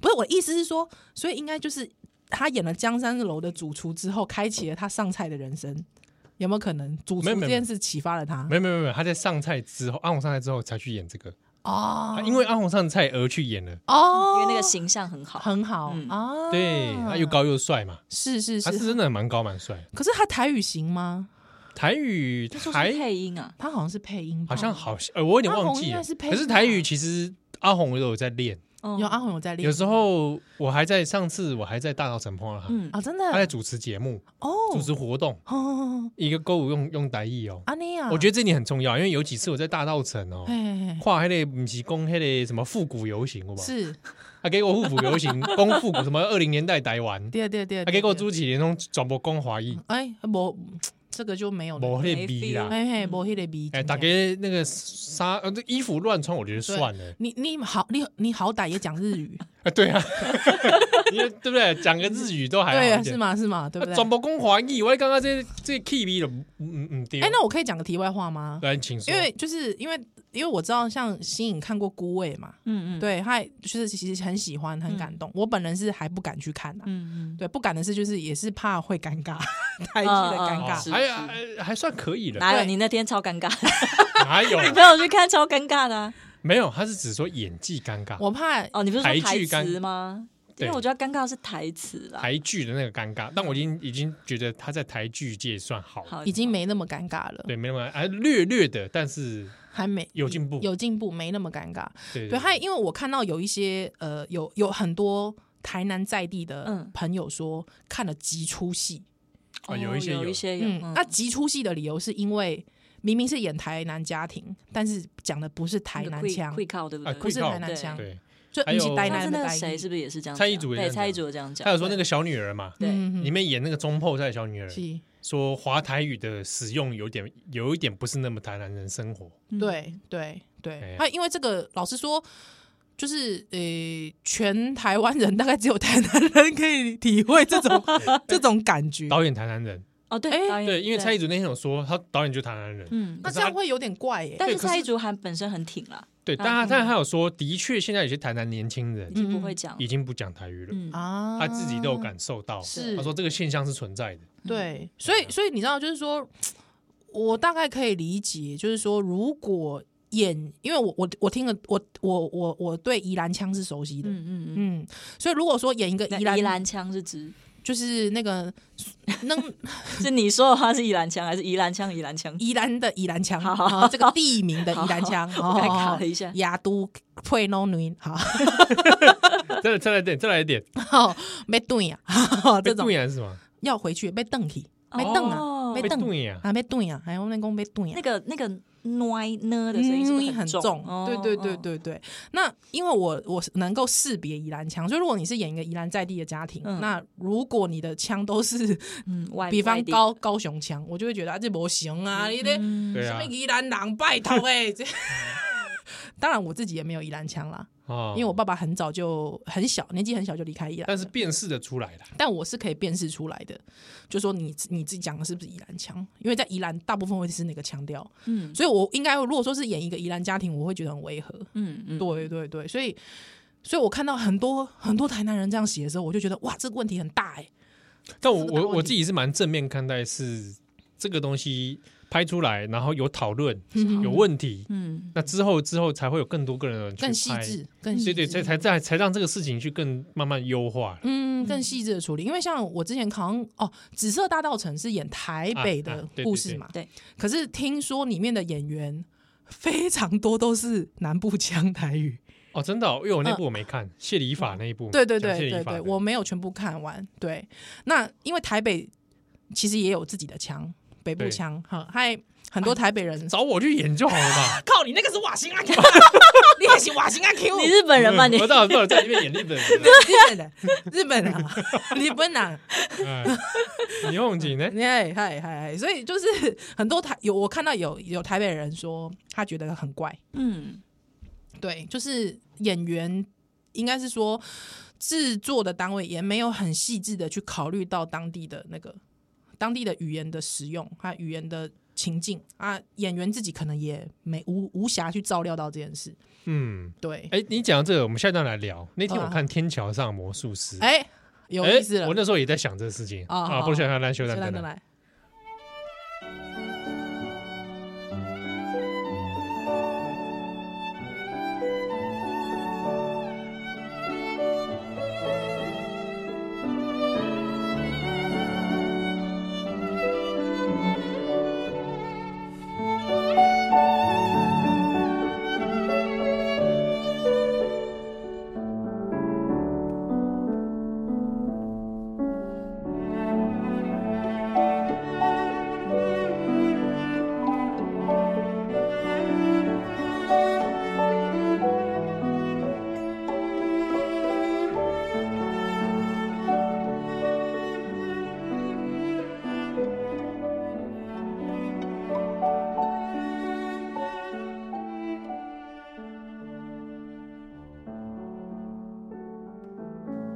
Speaker 1: 不是我意思是说，所以应该就是他演了江山楼的主厨之后，开启了他上菜的人生，有没有可能主厨
Speaker 2: 没有没有
Speaker 1: 这件事启发了他？
Speaker 2: 没有没有没有，他在上菜之后，阿红上菜之后才去演这个，
Speaker 1: 哦
Speaker 2: 啊因为阿红上菜而去演了，
Speaker 1: 哦，
Speaker 4: 因为那个形象很好。
Speaker 1: 很好
Speaker 4: 嗯
Speaker 1: 啊，
Speaker 2: 对，他又高又帅嘛，
Speaker 1: 是是
Speaker 2: 他是
Speaker 1: 是，
Speaker 2: 真的蛮高蛮帅的，
Speaker 1: 可是他台语行吗？
Speaker 2: 台语
Speaker 4: 他说是
Speaker 2: 台
Speaker 4: 配音啊，
Speaker 1: 他好像是配音吧，
Speaker 2: 好像好像，呃，我有点忘
Speaker 1: 哦阿红
Speaker 2: 记
Speaker 1: 应
Speaker 2: 了
Speaker 1: 该是。配
Speaker 2: 可是台语其实阿红都有在练，
Speaker 4: 嗯
Speaker 1: 有阿红有在练，
Speaker 2: 有啊时候我还在上次我还在大稻城碰到他，
Speaker 4: 嗯
Speaker 1: 啊，真
Speaker 2: 他在
Speaker 1: 的
Speaker 2: 主持节目、
Speaker 1: 哦
Speaker 2: 主，持活动，
Speaker 1: 哦，
Speaker 2: 一个歌舞用用台语哦。
Speaker 1: 阿啊尼亚，
Speaker 2: 我觉得这点很重要，因为有几次我在大稻城哦
Speaker 1: 得，哎，
Speaker 2: 跨黑的不是攻黑的什么复古游行，好不好？
Speaker 1: 是，
Speaker 2: 啊，给我复古 游行，攻复古什么二零年代台湾，
Speaker 1: 对对对，
Speaker 2: 啊，
Speaker 1: 对
Speaker 2: 给我，
Speaker 1: 对
Speaker 2: 朱启连中转播攻华裔，
Speaker 1: 哎，我这个就哦没有了，
Speaker 2: 无黑逼啦。
Speaker 1: 嘿嘿，没迄个味。
Speaker 2: 哎，
Speaker 1: 真
Speaker 2: 大
Speaker 1: 的
Speaker 2: 家那个纱呃，这衣服乱穿，我觉得算了。
Speaker 1: 你你好，你你好歹也讲日 语，
Speaker 2: 啊，对啊，因为对不对？讲个日语都还好
Speaker 1: 对，啊
Speaker 2: 一点啊
Speaker 1: 是？吗？是吗？对不对？
Speaker 2: 转播公华裔，我刚刚这这 key 的，嗯嗯对。
Speaker 1: 哎，那我可以讲个题外话吗？
Speaker 2: 来，请说。
Speaker 1: 因为就是因为因为我知道，像新颖看过《孤味》嘛，
Speaker 4: 嗯嗯，，
Speaker 1: 对，他也就是其实很喜欢，很感
Speaker 2: 嗯
Speaker 1: 动。我本人是还不敢去看啊，
Speaker 4: 嗯嗯，
Speaker 1: 对，不敢的是就是也是怕会尴尬， 台剧的尴
Speaker 2: 哦
Speaker 1: 尬。
Speaker 4: 是
Speaker 2: 还还还算可以了，
Speaker 4: 哪有
Speaker 1: 对
Speaker 4: 你那天 超尴尬，
Speaker 2: 哪 有？啊
Speaker 4: 陪我去看超尴尬的啊。
Speaker 2: 没有，他是只说演技尴尬，
Speaker 1: 我怕
Speaker 4: 哦，你不是说
Speaker 2: 台
Speaker 4: 台
Speaker 2: 剧尴
Speaker 4: 词吗？因
Speaker 2: 对
Speaker 4: 为我觉得尴尬是台词啦，
Speaker 2: 台剧的那个尴尬。但我已经已经觉得他在台剧界算好，
Speaker 4: 好
Speaker 1: 已经没那么尴尬了，
Speaker 2: 嗯对，没那么还略略的，但是
Speaker 1: 还没
Speaker 2: 有进步
Speaker 1: 有进步，没那么尴尬。
Speaker 2: 对
Speaker 1: 对，还因为我看到有一些呃，有有很多台南在地的
Speaker 4: 嗯
Speaker 1: 朋友说、看了几出戏，
Speaker 2: 哦有一些
Speaker 4: 有
Speaker 2: 有啊
Speaker 4: 一些有
Speaker 1: 嗯，，
Speaker 4: 嗯
Speaker 1: 那极出戏的理由是因为明明是演台南家庭，但是讲的不是台南腔，
Speaker 4: 会靠对不
Speaker 2: 啊
Speaker 4: 对？
Speaker 1: 不是
Speaker 2: 会靠
Speaker 1: 台南腔，
Speaker 2: 对，
Speaker 1: 就
Speaker 2: 还
Speaker 1: 不
Speaker 2: 有
Speaker 1: 是台
Speaker 4: 上
Speaker 1: 南
Speaker 4: 次
Speaker 1: 的
Speaker 4: 那个
Speaker 1: 台
Speaker 4: 谁
Speaker 1: 语
Speaker 4: 是不是也是这样讲？
Speaker 2: 蔡依祖也
Speaker 4: 对，
Speaker 2: 这样
Speaker 4: 蔡依
Speaker 2: 讲
Speaker 4: 祖有这样讲。
Speaker 2: 他有说那
Speaker 4: 对
Speaker 2: 个嗯小女儿嘛，
Speaker 4: 对，
Speaker 2: 里面演那个中破在的小女儿，
Speaker 1: 嗯是，
Speaker 2: 说华台语的使用有点有一点不是那么台南人生活，
Speaker 4: 嗯
Speaker 1: 对对
Speaker 2: 哎
Speaker 1: 对
Speaker 2: 呀，
Speaker 1: 啊，因为这个老实说。就是呃，全台湾人大概只有台南人可以体会这 种这种感觉。
Speaker 2: 导演台南人，
Speaker 4: 哦对
Speaker 1: 哎，
Speaker 4: 导演
Speaker 2: 对，因为蔡依
Speaker 4: 对
Speaker 2: 祖那天有说他导演就台南人，
Speaker 4: 嗯，
Speaker 1: 那这样会有点怪耶、
Speaker 4: 但
Speaker 2: 对
Speaker 4: 是
Speaker 2: 可是
Speaker 4: 蔡依祖还本身很挺啦，
Speaker 2: 对，但他但他有说，的确现在有些台南年轻人
Speaker 4: 已经不会讲
Speaker 2: 已，经不讲台语了，
Speaker 4: 嗯
Speaker 1: 嗯啊，
Speaker 2: 他自己都有感受到，
Speaker 1: 是
Speaker 2: 他说这个现象是存在的，
Speaker 1: 对，所以所以你知道，就是说，我大概可以理解，就是说，如果演，因为我我我听了，我我我我对宜兰腔是熟悉的，嗯
Speaker 4: 嗯嗯嗯。
Speaker 1: 所以如果说演一个
Speaker 4: 那
Speaker 1: 宜兰，
Speaker 4: 宜兰腔是指
Speaker 1: 就是那个能
Speaker 4: 是你说的话是宜兰腔还是宜兰腔宜兰腔？
Speaker 1: 宜兰的宜兰腔，
Speaker 4: 好好
Speaker 1: 啊这个地名的宜兰腔，
Speaker 4: 我刚才卡
Speaker 1: 哦
Speaker 4: 了，一下，
Speaker 1: 雅都佩诺女，好，
Speaker 2: 再来再来一点，再来一点，
Speaker 1: 被炖呀，好哦这
Speaker 2: 被
Speaker 1: 种
Speaker 2: 杜然是什么？
Speaker 1: 要回去被瞪起，被瞪啊，
Speaker 4: 哦
Speaker 1: 被
Speaker 2: 被杜
Speaker 1: 瞪
Speaker 2: 然
Speaker 1: 啊，被炖呀，还有那公被炖呀
Speaker 4: 那。个那个呢呢的声音是不是
Speaker 1: 嗯很
Speaker 4: 重？哦
Speaker 1: 对对对，
Speaker 4: 哦
Speaker 1: 对对。那因为我我是能够识别宜兰腔，所以如果你是演一个宜兰在地的家庭，
Speaker 4: 嗯
Speaker 1: 那如果你的腔都是，
Speaker 4: 嗯，外
Speaker 1: 比
Speaker 4: 外
Speaker 1: 方
Speaker 4: 地嗯的
Speaker 1: 高高雄腔，我就会觉得啊这不行啊，你这
Speaker 2: 对
Speaker 1: 什
Speaker 2: 啊
Speaker 1: 么，宜兰人拜托哎、 这当然我自己也没有宜兰腔啦，
Speaker 2: 啊
Speaker 1: 因为我爸爸很早就很小，年纪很小就离开宜兰了，
Speaker 2: 但是辨识的出来了，
Speaker 1: 但我是可以辨识出来的，就说你你自己讲的是不是宜兰腔？因为在宜兰大部分会是那个腔调，
Speaker 4: 嗯
Speaker 1: 所以我应该如果说是演一个宜兰家庭，我会觉得很违和。
Speaker 4: 嗯嗯，
Speaker 1: 对对对，所以所以我看到很多很多台南人这样写的时候，我就觉得哇，这个问题很大哎、
Speaker 2: 但我
Speaker 1: 这个大
Speaker 2: 我
Speaker 1: 问
Speaker 2: 我
Speaker 1: 题
Speaker 2: 自己是蛮正面看待，是这个东西拍出来，然后有讨论，有问题，
Speaker 4: 嗯，
Speaker 2: 那之后之后才会有更多个人去
Speaker 1: 更细
Speaker 2: 拍，
Speaker 1: 致，更细
Speaker 2: 对
Speaker 1: 致，
Speaker 2: 对，才才才才让这个事情去更慢慢优化。
Speaker 1: 嗯，更细致的处理，因为像我之前好像哦，《紫色大道城》是演台北
Speaker 2: 啊啊
Speaker 1: 的
Speaker 2: 对对
Speaker 1: 故事嘛，
Speaker 4: 对对
Speaker 1: 可是听说里面的演员非常多都是南部腔台语，
Speaker 2: 哦，真的哦、因为我那部我没看，谢礼法那一
Speaker 1: 嗯
Speaker 2: 部，
Speaker 1: 对对
Speaker 2: 哦讲谢
Speaker 1: 对
Speaker 2: 礼
Speaker 1: 对
Speaker 2: 法
Speaker 1: 对，
Speaker 2: 的
Speaker 1: 我没有全部看完。对，那因为台北其实也有自己的腔，北部
Speaker 2: 对
Speaker 1: 腔，哈，还
Speaker 4: 哎
Speaker 1: 很多台北人。
Speaker 2: 找我去演就好了嘛。
Speaker 3: 靠，你那个是瓦辛阿 Q，你还是瓦辛阿 Q，
Speaker 4: 你日本人吗？你
Speaker 2: 我到到在里面演日 本人
Speaker 1: 日本人，日本人 啊，日本人，
Speaker 2: 哎，你用景呢？
Speaker 1: 哎嗨嗨嗨，所以就是 很多台有我看到有有台北人说他觉得很怪，
Speaker 4: 嗯，
Speaker 1: 对，就是演员应该是说制作的单位也没有很细致的去考虑到当地的那个当地的语言的使用，还有语言的情境啊，演员自己可能也没无无暇去照料到这件事。
Speaker 2: 嗯，
Speaker 1: 对，
Speaker 2: 哎，你讲到这个，我们下一段来聊。那天
Speaker 1: 好
Speaker 2: 我
Speaker 1: 啊
Speaker 2: 看《天桥上的魔术师》，
Speaker 1: 哎、有
Speaker 2: 哎
Speaker 1: 意思了。
Speaker 2: 我那时候也在想这个事情
Speaker 1: 哦
Speaker 2: 啊，
Speaker 1: 好
Speaker 2: 不如想想来修
Speaker 1: 秀
Speaker 2: 蛋
Speaker 1: 兰
Speaker 2: 蛋
Speaker 1: 的
Speaker 2: 来。
Speaker 1: 来，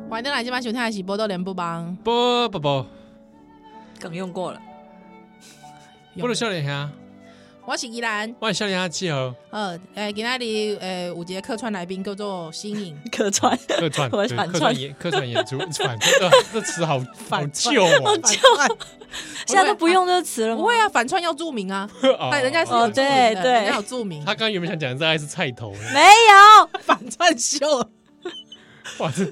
Speaker 1: 欢迎登来今晚收听的是《波多连不帮
Speaker 2: 不不不，
Speaker 4: 梗用过了，》，
Speaker 2: 不如笑脸侠，
Speaker 1: 我是依兰。
Speaker 2: 我笑脸侠气候
Speaker 1: 呃，哎，今天里呃有节客串来宾叫做新颖，
Speaker 4: 可穿
Speaker 2: 客串，
Speaker 4: 我
Speaker 2: 对
Speaker 4: 反
Speaker 2: 客
Speaker 4: 串
Speaker 2: 串演客串演出，反这个这词好好
Speaker 3: 反串
Speaker 2: 旧 哦
Speaker 4: 现在都不用这个词了吗
Speaker 1: 不？会啊，反串要注明啊，
Speaker 2: 哦。
Speaker 1: 哎，人家是
Speaker 2: 哦
Speaker 1: 有
Speaker 4: 哦
Speaker 1: 注
Speaker 4: 对
Speaker 1: 明的
Speaker 4: 对
Speaker 1: 人家有注明，
Speaker 2: 他刚刚原本想讲的大概是菜头呢，
Speaker 4: 没有，
Speaker 3: 反串秀，
Speaker 2: 哇，这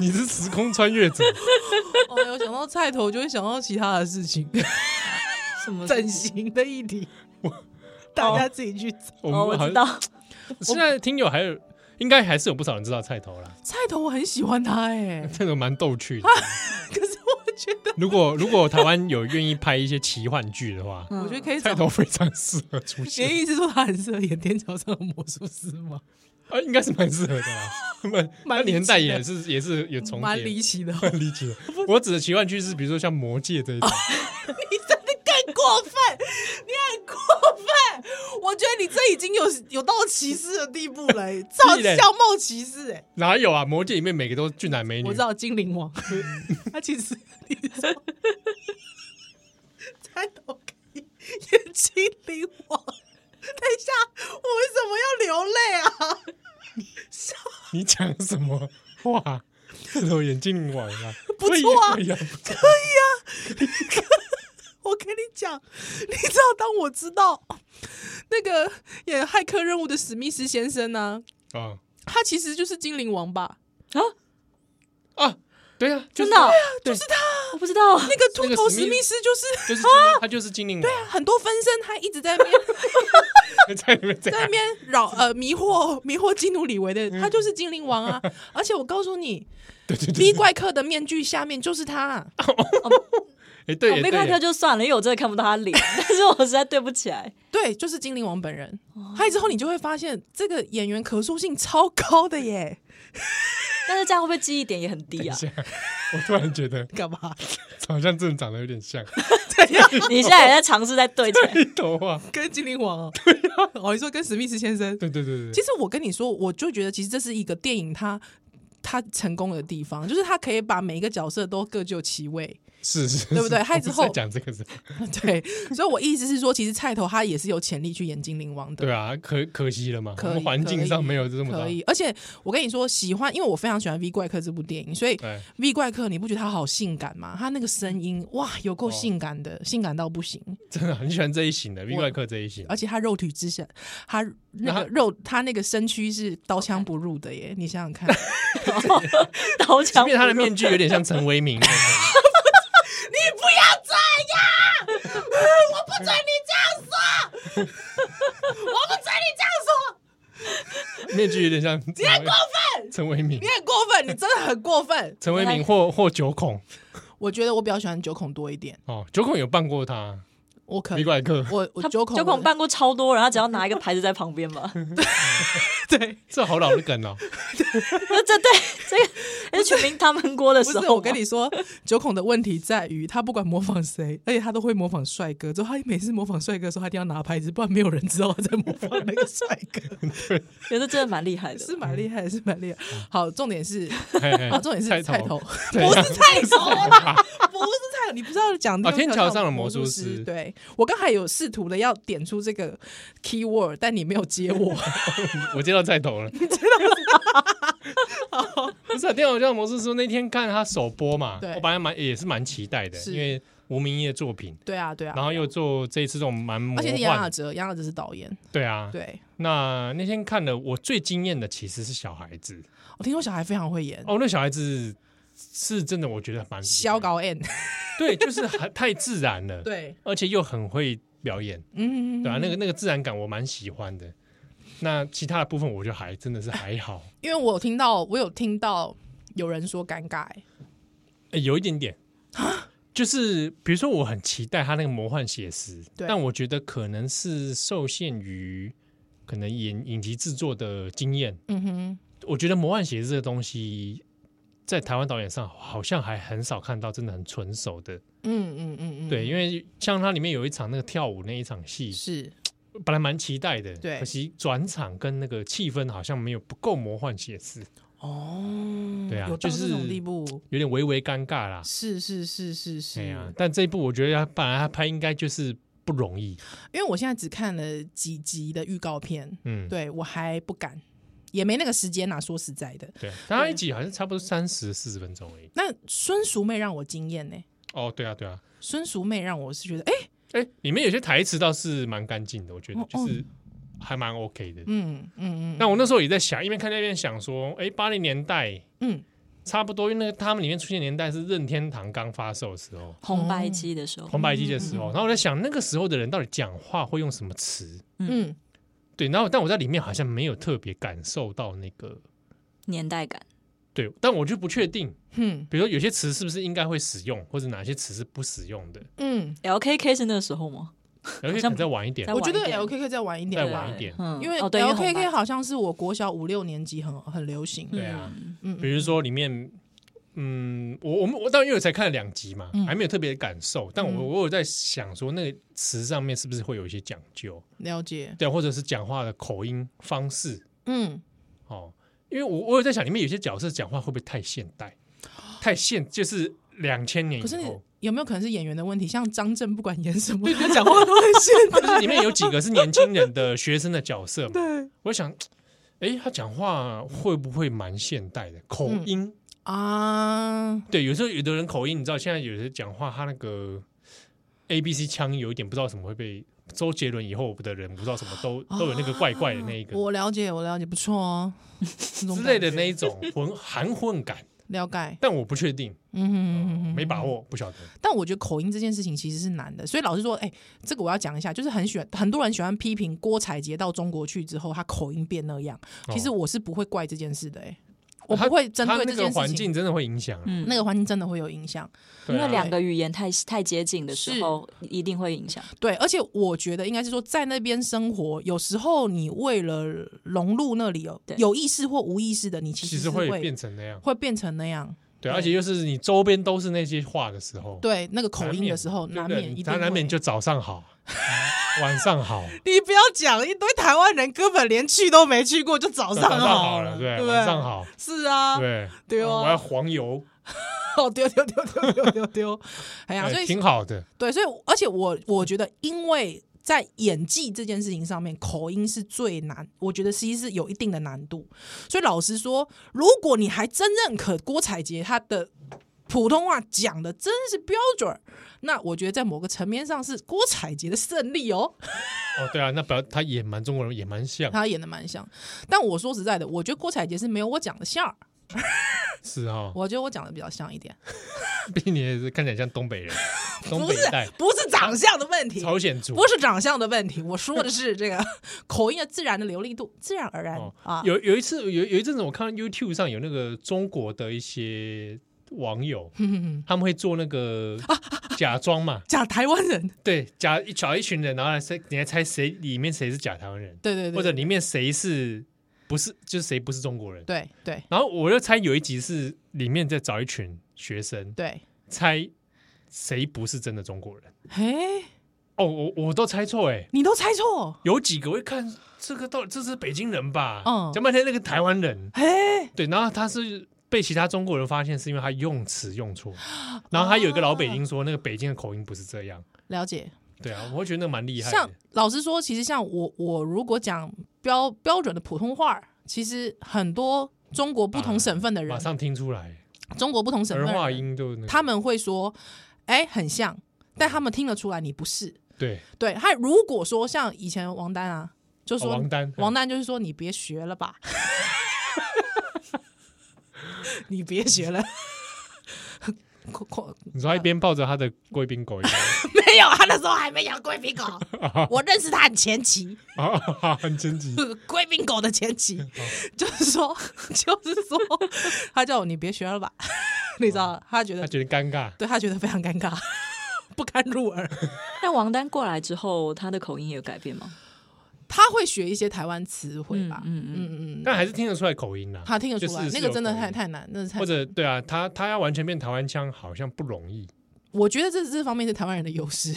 Speaker 2: 你是时空穿越 者，
Speaker 1: 哦，有想到菜头，就会想到其他的事情。
Speaker 4: 什么
Speaker 3: 整形的议题，大家自己去找。
Speaker 2: 我
Speaker 4: 哦，我
Speaker 2: 们好像
Speaker 4: 知道，
Speaker 2: 现在听友还有应该还是有不少人知道菜头啦，
Speaker 1: 菜头我很喜欢他哎、
Speaker 2: 这个蛮逗趣的。
Speaker 1: 可是我觉得，
Speaker 2: 如果如果台湾有愿意拍一些奇幻剧的
Speaker 3: 嗯
Speaker 2: 话，
Speaker 1: 我觉得可以
Speaker 2: 菜
Speaker 1: 找。
Speaker 2: 头非常适合出
Speaker 3: 你的
Speaker 2: 现，
Speaker 3: 意思说他很适合演《天桥上的魔术师》吗？
Speaker 2: 啊，应该是蛮适合的 啦。蛮
Speaker 3: 蛮
Speaker 2: 那
Speaker 3: 离奇的
Speaker 2: 年代也是也是有重
Speaker 3: 蛮
Speaker 2: 叠，
Speaker 3: 离奇的哦，
Speaker 2: 蛮离 奇的。我指的奇幻剧是比如说像《魔戒》这一
Speaker 3: 哦
Speaker 2: 种，
Speaker 3: 更过分，你很过分，我觉得你这已经有有到歧视的地步了、欸，造
Speaker 2: 屁嘞
Speaker 3: 相貌歧视哎、
Speaker 2: 哪有啊？《魔戒》里面每个都俊男美女
Speaker 3: 我知，道精灵王，他其实 你说才都可以演精灵王。等一下，我为什么要流泪啊？
Speaker 2: 你讲什么 哇？这头眼镜网啊，
Speaker 3: 不错啊
Speaker 2: 可以可以不 错
Speaker 3: 我跟你讲，你知道，当我知道那个演骇客任务的史密斯先生呢、
Speaker 2: 啊
Speaker 3: 他其实就是精灵王吧？
Speaker 4: 啊，
Speaker 2: 啊，对啊，就
Speaker 4: 真
Speaker 2: 是
Speaker 4: 的哦， 就是他，我不知道，
Speaker 3: 那个秃
Speaker 2: 那个
Speaker 3: 头
Speaker 2: 史
Speaker 3: 史
Speaker 2: 密
Speaker 3: 密斯就是
Speaker 2: 就是
Speaker 1: 啊
Speaker 2: 啊他就是精灵王，
Speaker 1: 很多分身还一直在那边
Speaker 2: 在里面这
Speaker 1: 在那
Speaker 2: 样，
Speaker 1: 边扰呃迷惑迷惑基努里维的，他就是精灵王啊！而且我告诉你，
Speaker 2: 嗯 对对对，
Speaker 1: 逼怪客的面具下面就是他、啊
Speaker 2: 哎
Speaker 1: 哦
Speaker 2: 对
Speaker 4: 我
Speaker 2: 耶
Speaker 4: 被
Speaker 2: 对
Speaker 4: 看掉
Speaker 2: 耶，
Speaker 4: 就算了，因为我真的看不到他脸， 但是我实在对不起来。
Speaker 1: 对，就是精灵王本人。还之后你就会发现，这个演员可塑性超高的 耶！
Speaker 4: 但是这样会不会记忆点也很低啊？
Speaker 2: 我突然觉得
Speaker 3: 干嘛？
Speaker 2: 好像真的长得有点像
Speaker 3: 怎样？
Speaker 4: 你现在也在尝试在对起来，
Speaker 2: 一头啊，
Speaker 3: 跟精灵王、哦？对啊，哦，你说跟史密斯先生？
Speaker 2: 对对对
Speaker 1: 其
Speaker 2: 对，
Speaker 1: 实我跟你说，我就觉得其实这是一个电影它它成功的地方，就是它可以把每一个角色都各就其位。
Speaker 2: 是是，
Speaker 1: 对不对
Speaker 2: 是
Speaker 1: 害之
Speaker 2: 我不是在
Speaker 1: 后
Speaker 2: 讲这个是，
Speaker 1: 对，所以我意思是说，其实菜头它也是有潜力去演精灵王的。
Speaker 2: 对啊，可可惜了嘛，
Speaker 1: 可
Speaker 2: 我
Speaker 1: 以
Speaker 2: 们环境上没有这么大
Speaker 1: 可，以，而且我跟你说，喜欢，因为我非常喜欢《V 怪客》这部电影，所以《
Speaker 2: 哎，
Speaker 1: V 怪客》你不觉得他好性感吗？他那个声音，哇，有
Speaker 2: 哦
Speaker 1: 够性感的，性感到不行。
Speaker 2: 真的很喜欢这一型的 V 怪客这一型，
Speaker 1: 而且他肉体之下，他那
Speaker 2: 那他
Speaker 1: 个肉，他那个身躯是刀枪不入的耶！你想想看，
Speaker 4: 刀
Speaker 2: 即
Speaker 4: 枪不
Speaker 2: 便他的
Speaker 4: 入
Speaker 2: 面具有点像陈为民 那种，
Speaker 3: 不准你这样说，我不准你这样说，
Speaker 2: 面具有点像陈为陈为民
Speaker 1: 你，很过分，你真的很过分。
Speaker 2: 陈为民或或九孔
Speaker 1: 我觉得我比较喜欢九孔多一点，
Speaker 2: 哦，九孔有办过他
Speaker 1: 我可
Speaker 2: V 怪客，
Speaker 1: 我我
Speaker 4: 他
Speaker 1: 九孔
Speaker 4: 九孔办过超多人，他只要拿一个牌子在旁边嘛，
Speaker 1: 对，
Speaker 2: 这好老的梗 哦，
Speaker 4: 这这对这个那是全民他们锅的
Speaker 1: 不
Speaker 4: 时候
Speaker 1: 是
Speaker 4: 嘛，
Speaker 1: 我跟你说，九孔的问题在于他不管模仿谁，而且他都会模仿帅哥。之后他每次模仿帅哥的时候，他一定要拿牌子，不然没有人知道他在模仿那个帅 哥。
Speaker 4: 觉得真的蛮厉害的。
Speaker 1: 是蛮厉害的，是蛮厉害。
Speaker 2: 嗯
Speaker 1: 好，重点是，
Speaker 2: 嘿嘿
Speaker 1: 哦好，重点是菜头，
Speaker 2: 对
Speaker 1: 不是菜头啦，不是菜头，你不知道讲
Speaker 2: 哦天桥上的魔
Speaker 1: 魔
Speaker 2: 术
Speaker 1: 师
Speaker 2: 师
Speaker 1: 对我刚才有试图的要点出这个 keyword，但你没有接 我。
Speaker 2: 我接到菜 头了， 不是啊，电脑教魔术师那天看他首播嘛，
Speaker 1: 对
Speaker 2: 我本来蛮也是蛮期待的，
Speaker 1: 是
Speaker 2: 因为吴明业作品，
Speaker 1: 对啊，对啊
Speaker 2: 然，后又做这一次这种蛮魔
Speaker 1: 而且是杨雅
Speaker 2: 幻，
Speaker 1: 哲，杨雅哲是导演。
Speaker 2: 对啊。
Speaker 1: 对，
Speaker 2: 那那天看了，我最惊艳的其实是小孩子
Speaker 1: 我哦听说小孩非常会演，
Speaker 2: 哦，那小孩子是真的，我觉得蛮
Speaker 1: 肖，高 N，
Speaker 2: 对，就是很太自然了，，
Speaker 1: 对，
Speaker 2: 而且又很会表演，
Speaker 1: 嗯，
Speaker 2: 对啊，那个那个自然感我蛮喜欢的。那其他的部分我觉得还真的是 还好，
Speaker 1: 因为我有听到，我有听到有人说尴尬、欸，
Speaker 2: 欸有一点点就是比如说我很期待他那个魔幻写实，
Speaker 1: 对
Speaker 2: 但我觉得可能是受限于可能影影集制作的经验。
Speaker 1: 嗯哼，
Speaker 2: 我觉得魔幻写实这个东西，在台湾导演上好像还很少看到真的很纯熟的。
Speaker 1: 嗯嗯嗯嗯，
Speaker 2: 对，因为像它里面有一场那个跳舞那一场戏，
Speaker 1: 是
Speaker 2: 本来蛮期待的，
Speaker 1: 对
Speaker 2: 可惜转场跟那个气氛好像没有不够魔幻写实，
Speaker 1: 哦，
Speaker 2: 对啊
Speaker 1: 有到
Speaker 2: 就
Speaker 1: 这
Speaker 2: 是
Speaker 1: 种地步，
Speaker 2: 有点微微尴尬啦。
Speaker 1: 是是是是是，
Speaker 2: 哎呀、但这一部我觉得他本来他拍应该就是不容易，
Speaker 1: 因为我现在只看了几集的预告片，
Speaker 2: 嗯，
Speaker 1: 对我还不敢，也没那个时间呐、啊说实在的，
Speaker 2: 对，但它一集好像差不多三十四十分钟而已。
Speaker 1: 那孙淑妹让我惊艳呢，欸
Speaker 2: 哦，对啊，对啊，
Speaker 1: 孙淑妹让我是觉得，哎、
Speaker 2: 哎，里面有些台词倒是蛮干净的，我觉得
Speaker 1: 哦
Speaker 2: 就是还蛮 OK 的。
Speaker 1: 嗯嗯嗯
Speaker 2: 那我那时候也在想，一边看那边想说，哎，八零年代
Speaker 1: 嗯，
Speaker 2: 差不多，因为那个他们里面出现年代是任天堂刚发售的时
Speaker 1: 哦
Speaker 2: 候，
Speaker 4: 红白机的时候，
Speaker 2: 红白机的时候，然后我在想那个时候的人到底讲话会用什么词。
Speaker 1: 嗯，
Speaker 2: 对，然后但我在里面好像没有特别感受到那个，
Speaker 4: 年代感，
Speaker 2: 对，但我就不确定，
Speaker 1: 嗯
Speaker 2: 比如说有些词是不是应该会使用，或者哪些词是不使用的，
Speaker 1: 嗯，
Speaker 4: LKK 是那个时候吗？
Speaker 2: 然后可能再晚一点
Speaker 4: 再，
Speaker 1: 我觉得
Speaker 4: 晚一点
Speaker 1: LKK 嗯再晚一点
Speaker 2: 再
Speaker 1: 吧，
Speaker 2: 晚一点
Speaker 4: 嗯
Speaker 1: 因为
Speaker 4: 哦对，因为红
Speaker 1: LKK
Speaker 4: 白
Speaker 1: 好像是我国小五六年级很很流行，
Speaker 2: 对啊，
Speaker 1: 嗯
Speaker 2: 比如说里面，嗯，我我们我当然因为我才看了两集嘛，
Speaker 1: 嗯
Speaker 2: 还没有特别感受，但我我有在想说那个词上面是不是会有一些讲究，
Speaker 1: 了解，
Speaker 2: 对，或者是讲话的口音方式
Speaker 1: 嗯，
Speaker 2: 哦，因为我我有在想里面有些角色讲话会不会太现代，太现就是两千年
Speaker 1: 可是你
Speaker 2: 以后。
Speaker 1: 有没有可能是演员的问题？像张震，不管演什 么，他讲话都会现
Speaker 2: 就是里面有几个是年轻人的学生的角色嘛，
Speaker 1: 代
Speaker 2: 我想，哎、他讲话会不会蛮现代的口
Speaker 1: 嗯
Speaker 2: 音？
Speaker 1: 啊。
Speaker 2: 对，有时候有的人口音，你知道，现在有些讲话他那个 A B C 腔有一点不知道什么会被周杰伦以后的人不知道什么都都有那个怪怪的那一个
Speaker 1: 哦我了解，我了解，不错哦，之
Speaker 2: 之类的那一种混含混感，
Speaker 1: 了解，
Speaker 2: 但我不确定，
Speaker 1: 嗯哼嗯
Speaker 2: 没把
Speaker 1: 握。
Speaker 2: 握，不晓得。
Speaker 1: 但我觉得口音这件事情其实是难的，所以老实说，哎、这个我要讲一下，就是很喜欢很多人喜欢批评郭采洁到中国去之后，她口音变那样。其实
Speaker 2: 哦
Speaker 1: 我是不会怪这件事的、哎，我
Speaker 2: 他
Speaker 1: 不会针
Speaker 2: 他
Speaker 1: 对
Speaker 2: 那
Speaker 1: 这
Speaker 2: 个
Speaker 1: 件
Speaker 2: 环
Speaker 1: 事情
Speaker 2: 境。真的会影响啊，
Speaker 4: 嗯，
Speaker 1: 那个环境真的会有影响，
Speaker 2: 对
Speaker 4: 因
Speaker 2: 啊
Speaker 4: 为两个语言太太接近的时候，一定会影响。
Speaker 1: 对，而且我觉得应该是说，在那边生活，有时候你为了融入那里有
Speaker 4: 对
Speaker 1: 有意识或无意识的，你其实
Speaker 2: 其实
Speaker 1: 是
Speaker 2: 会
Speaker 1: 会
Speaker 2: 变成那样。
Speaker 1: 会变成那样。
Speaker 2: 对，
Speaker 1: 对
Speaker 2: 而且又是你周边都是那些话的时候，
Speaker 1: 对，那个口
Speaker 2: 难
Speaker 1: 音
Speaker 2: 免
Speaker 1: 的时候，
Speaker 2: 对不
Speaker 1: 难
Speaker 2: 对
Speaker 1: 免一
Speaker 2: 你
Speaker 1: 定会
Speaker 2: 难免就早上好， 晚上好，
Speaker 1: 你不要讲一堆台湾人根本连去都 没去过，就早
Speaker 2: 早
Speaker 1: 上
Speaker 2: 上
Speaker 1: 好
Speaker 2: 好了，
Speaker 1: 对
Speaker 2: 对，
Speaker 1: 不
Speaker 2: 晚上好，
Speaker 1: 是啊，
Speaker 2: 对，
Speaker 1: 对
Speaker 2: 我要
Speaker 1: 哦，
Speaker 2: 黄油，
Speaker 1: 哦，丢丢丢丢丢丢丢， 哎呀，
Speaker 2: 哎
Speaker 1: 所以
Speaker 2: 挺好的，
Speaker 1: 对，所以而且我我觉得，因为在演技这件事情上面，口音是最难，我觉得其实是有一定的难度。所以老实说，如果你还真认可郭采洁她的普通话讲的真是标准儿，那我觉得在某个层面上是郭采洁的胜利哦。
Speaker 2: 哦，对啊，那表他也蛮中国人，也蛮像，
Speaker 1: 她演的蛮像，但我说实在的，我觉得郭采洁是没有我讲的像儿，
Speaker 2: 是哦，
Speaker 1: 我觉得我讲的比较像一点，
Speaker 2: 毕竟你也是看起来像东北人，东
Speaker 1: 不
Speaker 2: 北
Speaker 1: 是
Speaker 2: 一带
Speaker 1: 不是长相的问题。
Speaker 2: 朝鲜族
Speaker 1: 不。是长相的问题，我说的是这个 口音的自然的流利度，自然而然、
Speaker 2: 哦
Speaker 1: 啊。
Speaker 2: 有有一次，有有一阵子，我看到 YouTube 上有那个中国的一些网友，他们会做那个假装嘛，
Speaker 1: 讲台湾人，
Speaker 2: 对，假一找一群人，然后来猜，你来猜谁里面谁是假台湾人，
Speaker 1: 对对对，
Speaker 2: 或者里面谁是不是就是谁不是中国人。
Speaker 1: 对对
Speaker 2: 然后我就猜有一集是里面在找一群学生
Speaker 1: 对，
Speaker 2: 猜谁不是真的中国人。
Speaker 1: 哎，
Speaker 2: 哦，我我都猜错哎、
Speaker 1: 你都猜错，
Speaker 2: 有几个会看这个到底这是北京人吧？
Speaker 1: 嗯
Speaker 2: 讲半天那个台湾人，
Speaker 1: 哎，
Speaker 2: 对，然后他是被其他中国人发现，是因为他用词用错，
Speaker 1: 哦
Speaker 2: 然后还有一个老北京说那个北京的口音不是这样，
Speaker 1: 了解。
Speaker 2: 对啊，我会觉得那蛮厉害
Speaker 1: 像
Speaker 2: 的，
Speaker 1: 老实说，其实像我我如果讲标标准的普通话儿，其实很多中国不同省份的人，
Speaker 2: 啊马上听出来，
Speaker 1: 中国不同省
Speaker 2: 儿
Speaker 1: 份的
Speaker 2: 化
Speaker 1: 人，
Speaker 2: 音就那个
Speaker 1: 他们会说，哎，很像，但他们听得出来你不是。
Speaker 2: 对
Speaker 1: 对，还如果说像以前王丹啊，就
Speaker 2: 哦
Speaker 1: 说、
Speaker 2: 王丹
Speaker 1: 王丹就是说你别学了吧， 你别学了。快快
Speaker 2: 你说他一边抱着他的贵宾狗一 边，
Speaker 1: 没有，他那时候还没养贵宾 狗，我认识他很前期，
Speaker 2: 啊，很真急，
Speaker 1: 贵宾狗的前 期，就是说，就是说，他叫我你别学了 吧，你知道，哦他觉
Speaker 2: 他
Speaker 1: 得，
Speaker 2: 觉得尴尬，
Speaker 1: 对他觉得非常尴尬， 不堪入耳。
Speaker 4: 那王丹过来之后，他的口音也有改变吗？
Speaker 1: 他会学一些台湾词汇吧？嗯
Speaker 4: 嗯嗯嗯，
Speaker 1: 嗯嗯，
Speaker 2: 但还是听得出来口音啦，
Speaker 1: 他听得出来，
Speaker 2: 就是
Speaker 1: 那个真的
Speaker 2: 是有口
Speaker 1: 太
Speaker 2: 音
Speaker 1: 太难，那是太
Speaker 2: 或者对啊，他他要完全变台湾腔好像不容易。
Speaker 1: 我觉得这这方面是台湾人的优势。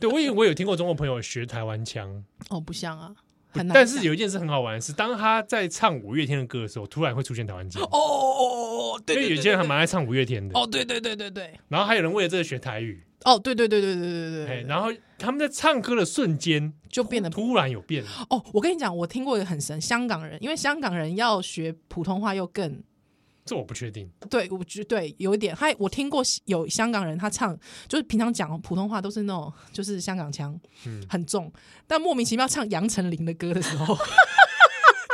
Speaker 2: 对我有我有听过中国朋友学台湾腔，
Speaker 1: 哦，不像啊，
Speaker 2: 不
Speaker 1: 很难讲。
Speaker 2: 但是有一件事很好玩的是，当他在唱五月天的歌的时候，突然会出现台湾腔。
Speaker 1: 哦哦哦哦，对
Speaker 2: 因
Speaker 1: 对
Speaker 2: 为
Speaker 1: 对
Speaker 2: 有些人还蛮爱唱五月天的，
Speaker 1: 哦，对对对对对，
Speaker 2: 然后还有人为了这个学台语，
Speaker 1: 哦，对对对对对对对
Speaker 2: 哎，
Speaker 1: 对，
Speaker 2: 然后他们在唱歌的瞬间
Speaker 1: 就变得
Speaker 2: 突然有变，
Speaker 1: 哦，我跟你讲，我听过一个很神，香港人，因为香港人要学普通话又更
Speaker 2: 这我不确定。
Speaker 1: 对，我觉对有一点，还我听过有香港人他唱，就是平常讲普通话都是那种就是香港腔，
Speaker 2: 嗯
Speaker 1: 很重，但莫名其妙唱杨丞琳的歌的时 候，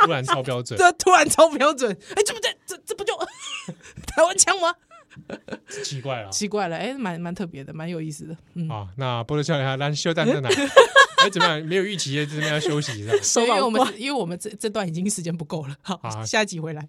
Speaker 2: 突然超标 准，
Speaker 1: 这突然超标准，哎，这不对，这这不就 台湾腔吗？
Speaker 2: 奇怪了
Speaker 1: 奇怪了，哎，蛮蛮特别的，蛮有意思的，嗯。
Speaker 2: 啊！那波多笑脸还咱休 蛋在哪？哎，怎么样？没有预期，这边要休息一下。
Speaker 1: 对
Speaker 4: 手
Speaker 1: 因为
Speaker 4: 老
Speaker 1: 我们
Speaker 4: 怪
Speaker 1: 因为我们这这段已经时间不够了，好，
Speaker 2: 好
Speaker 1: 下一集回来。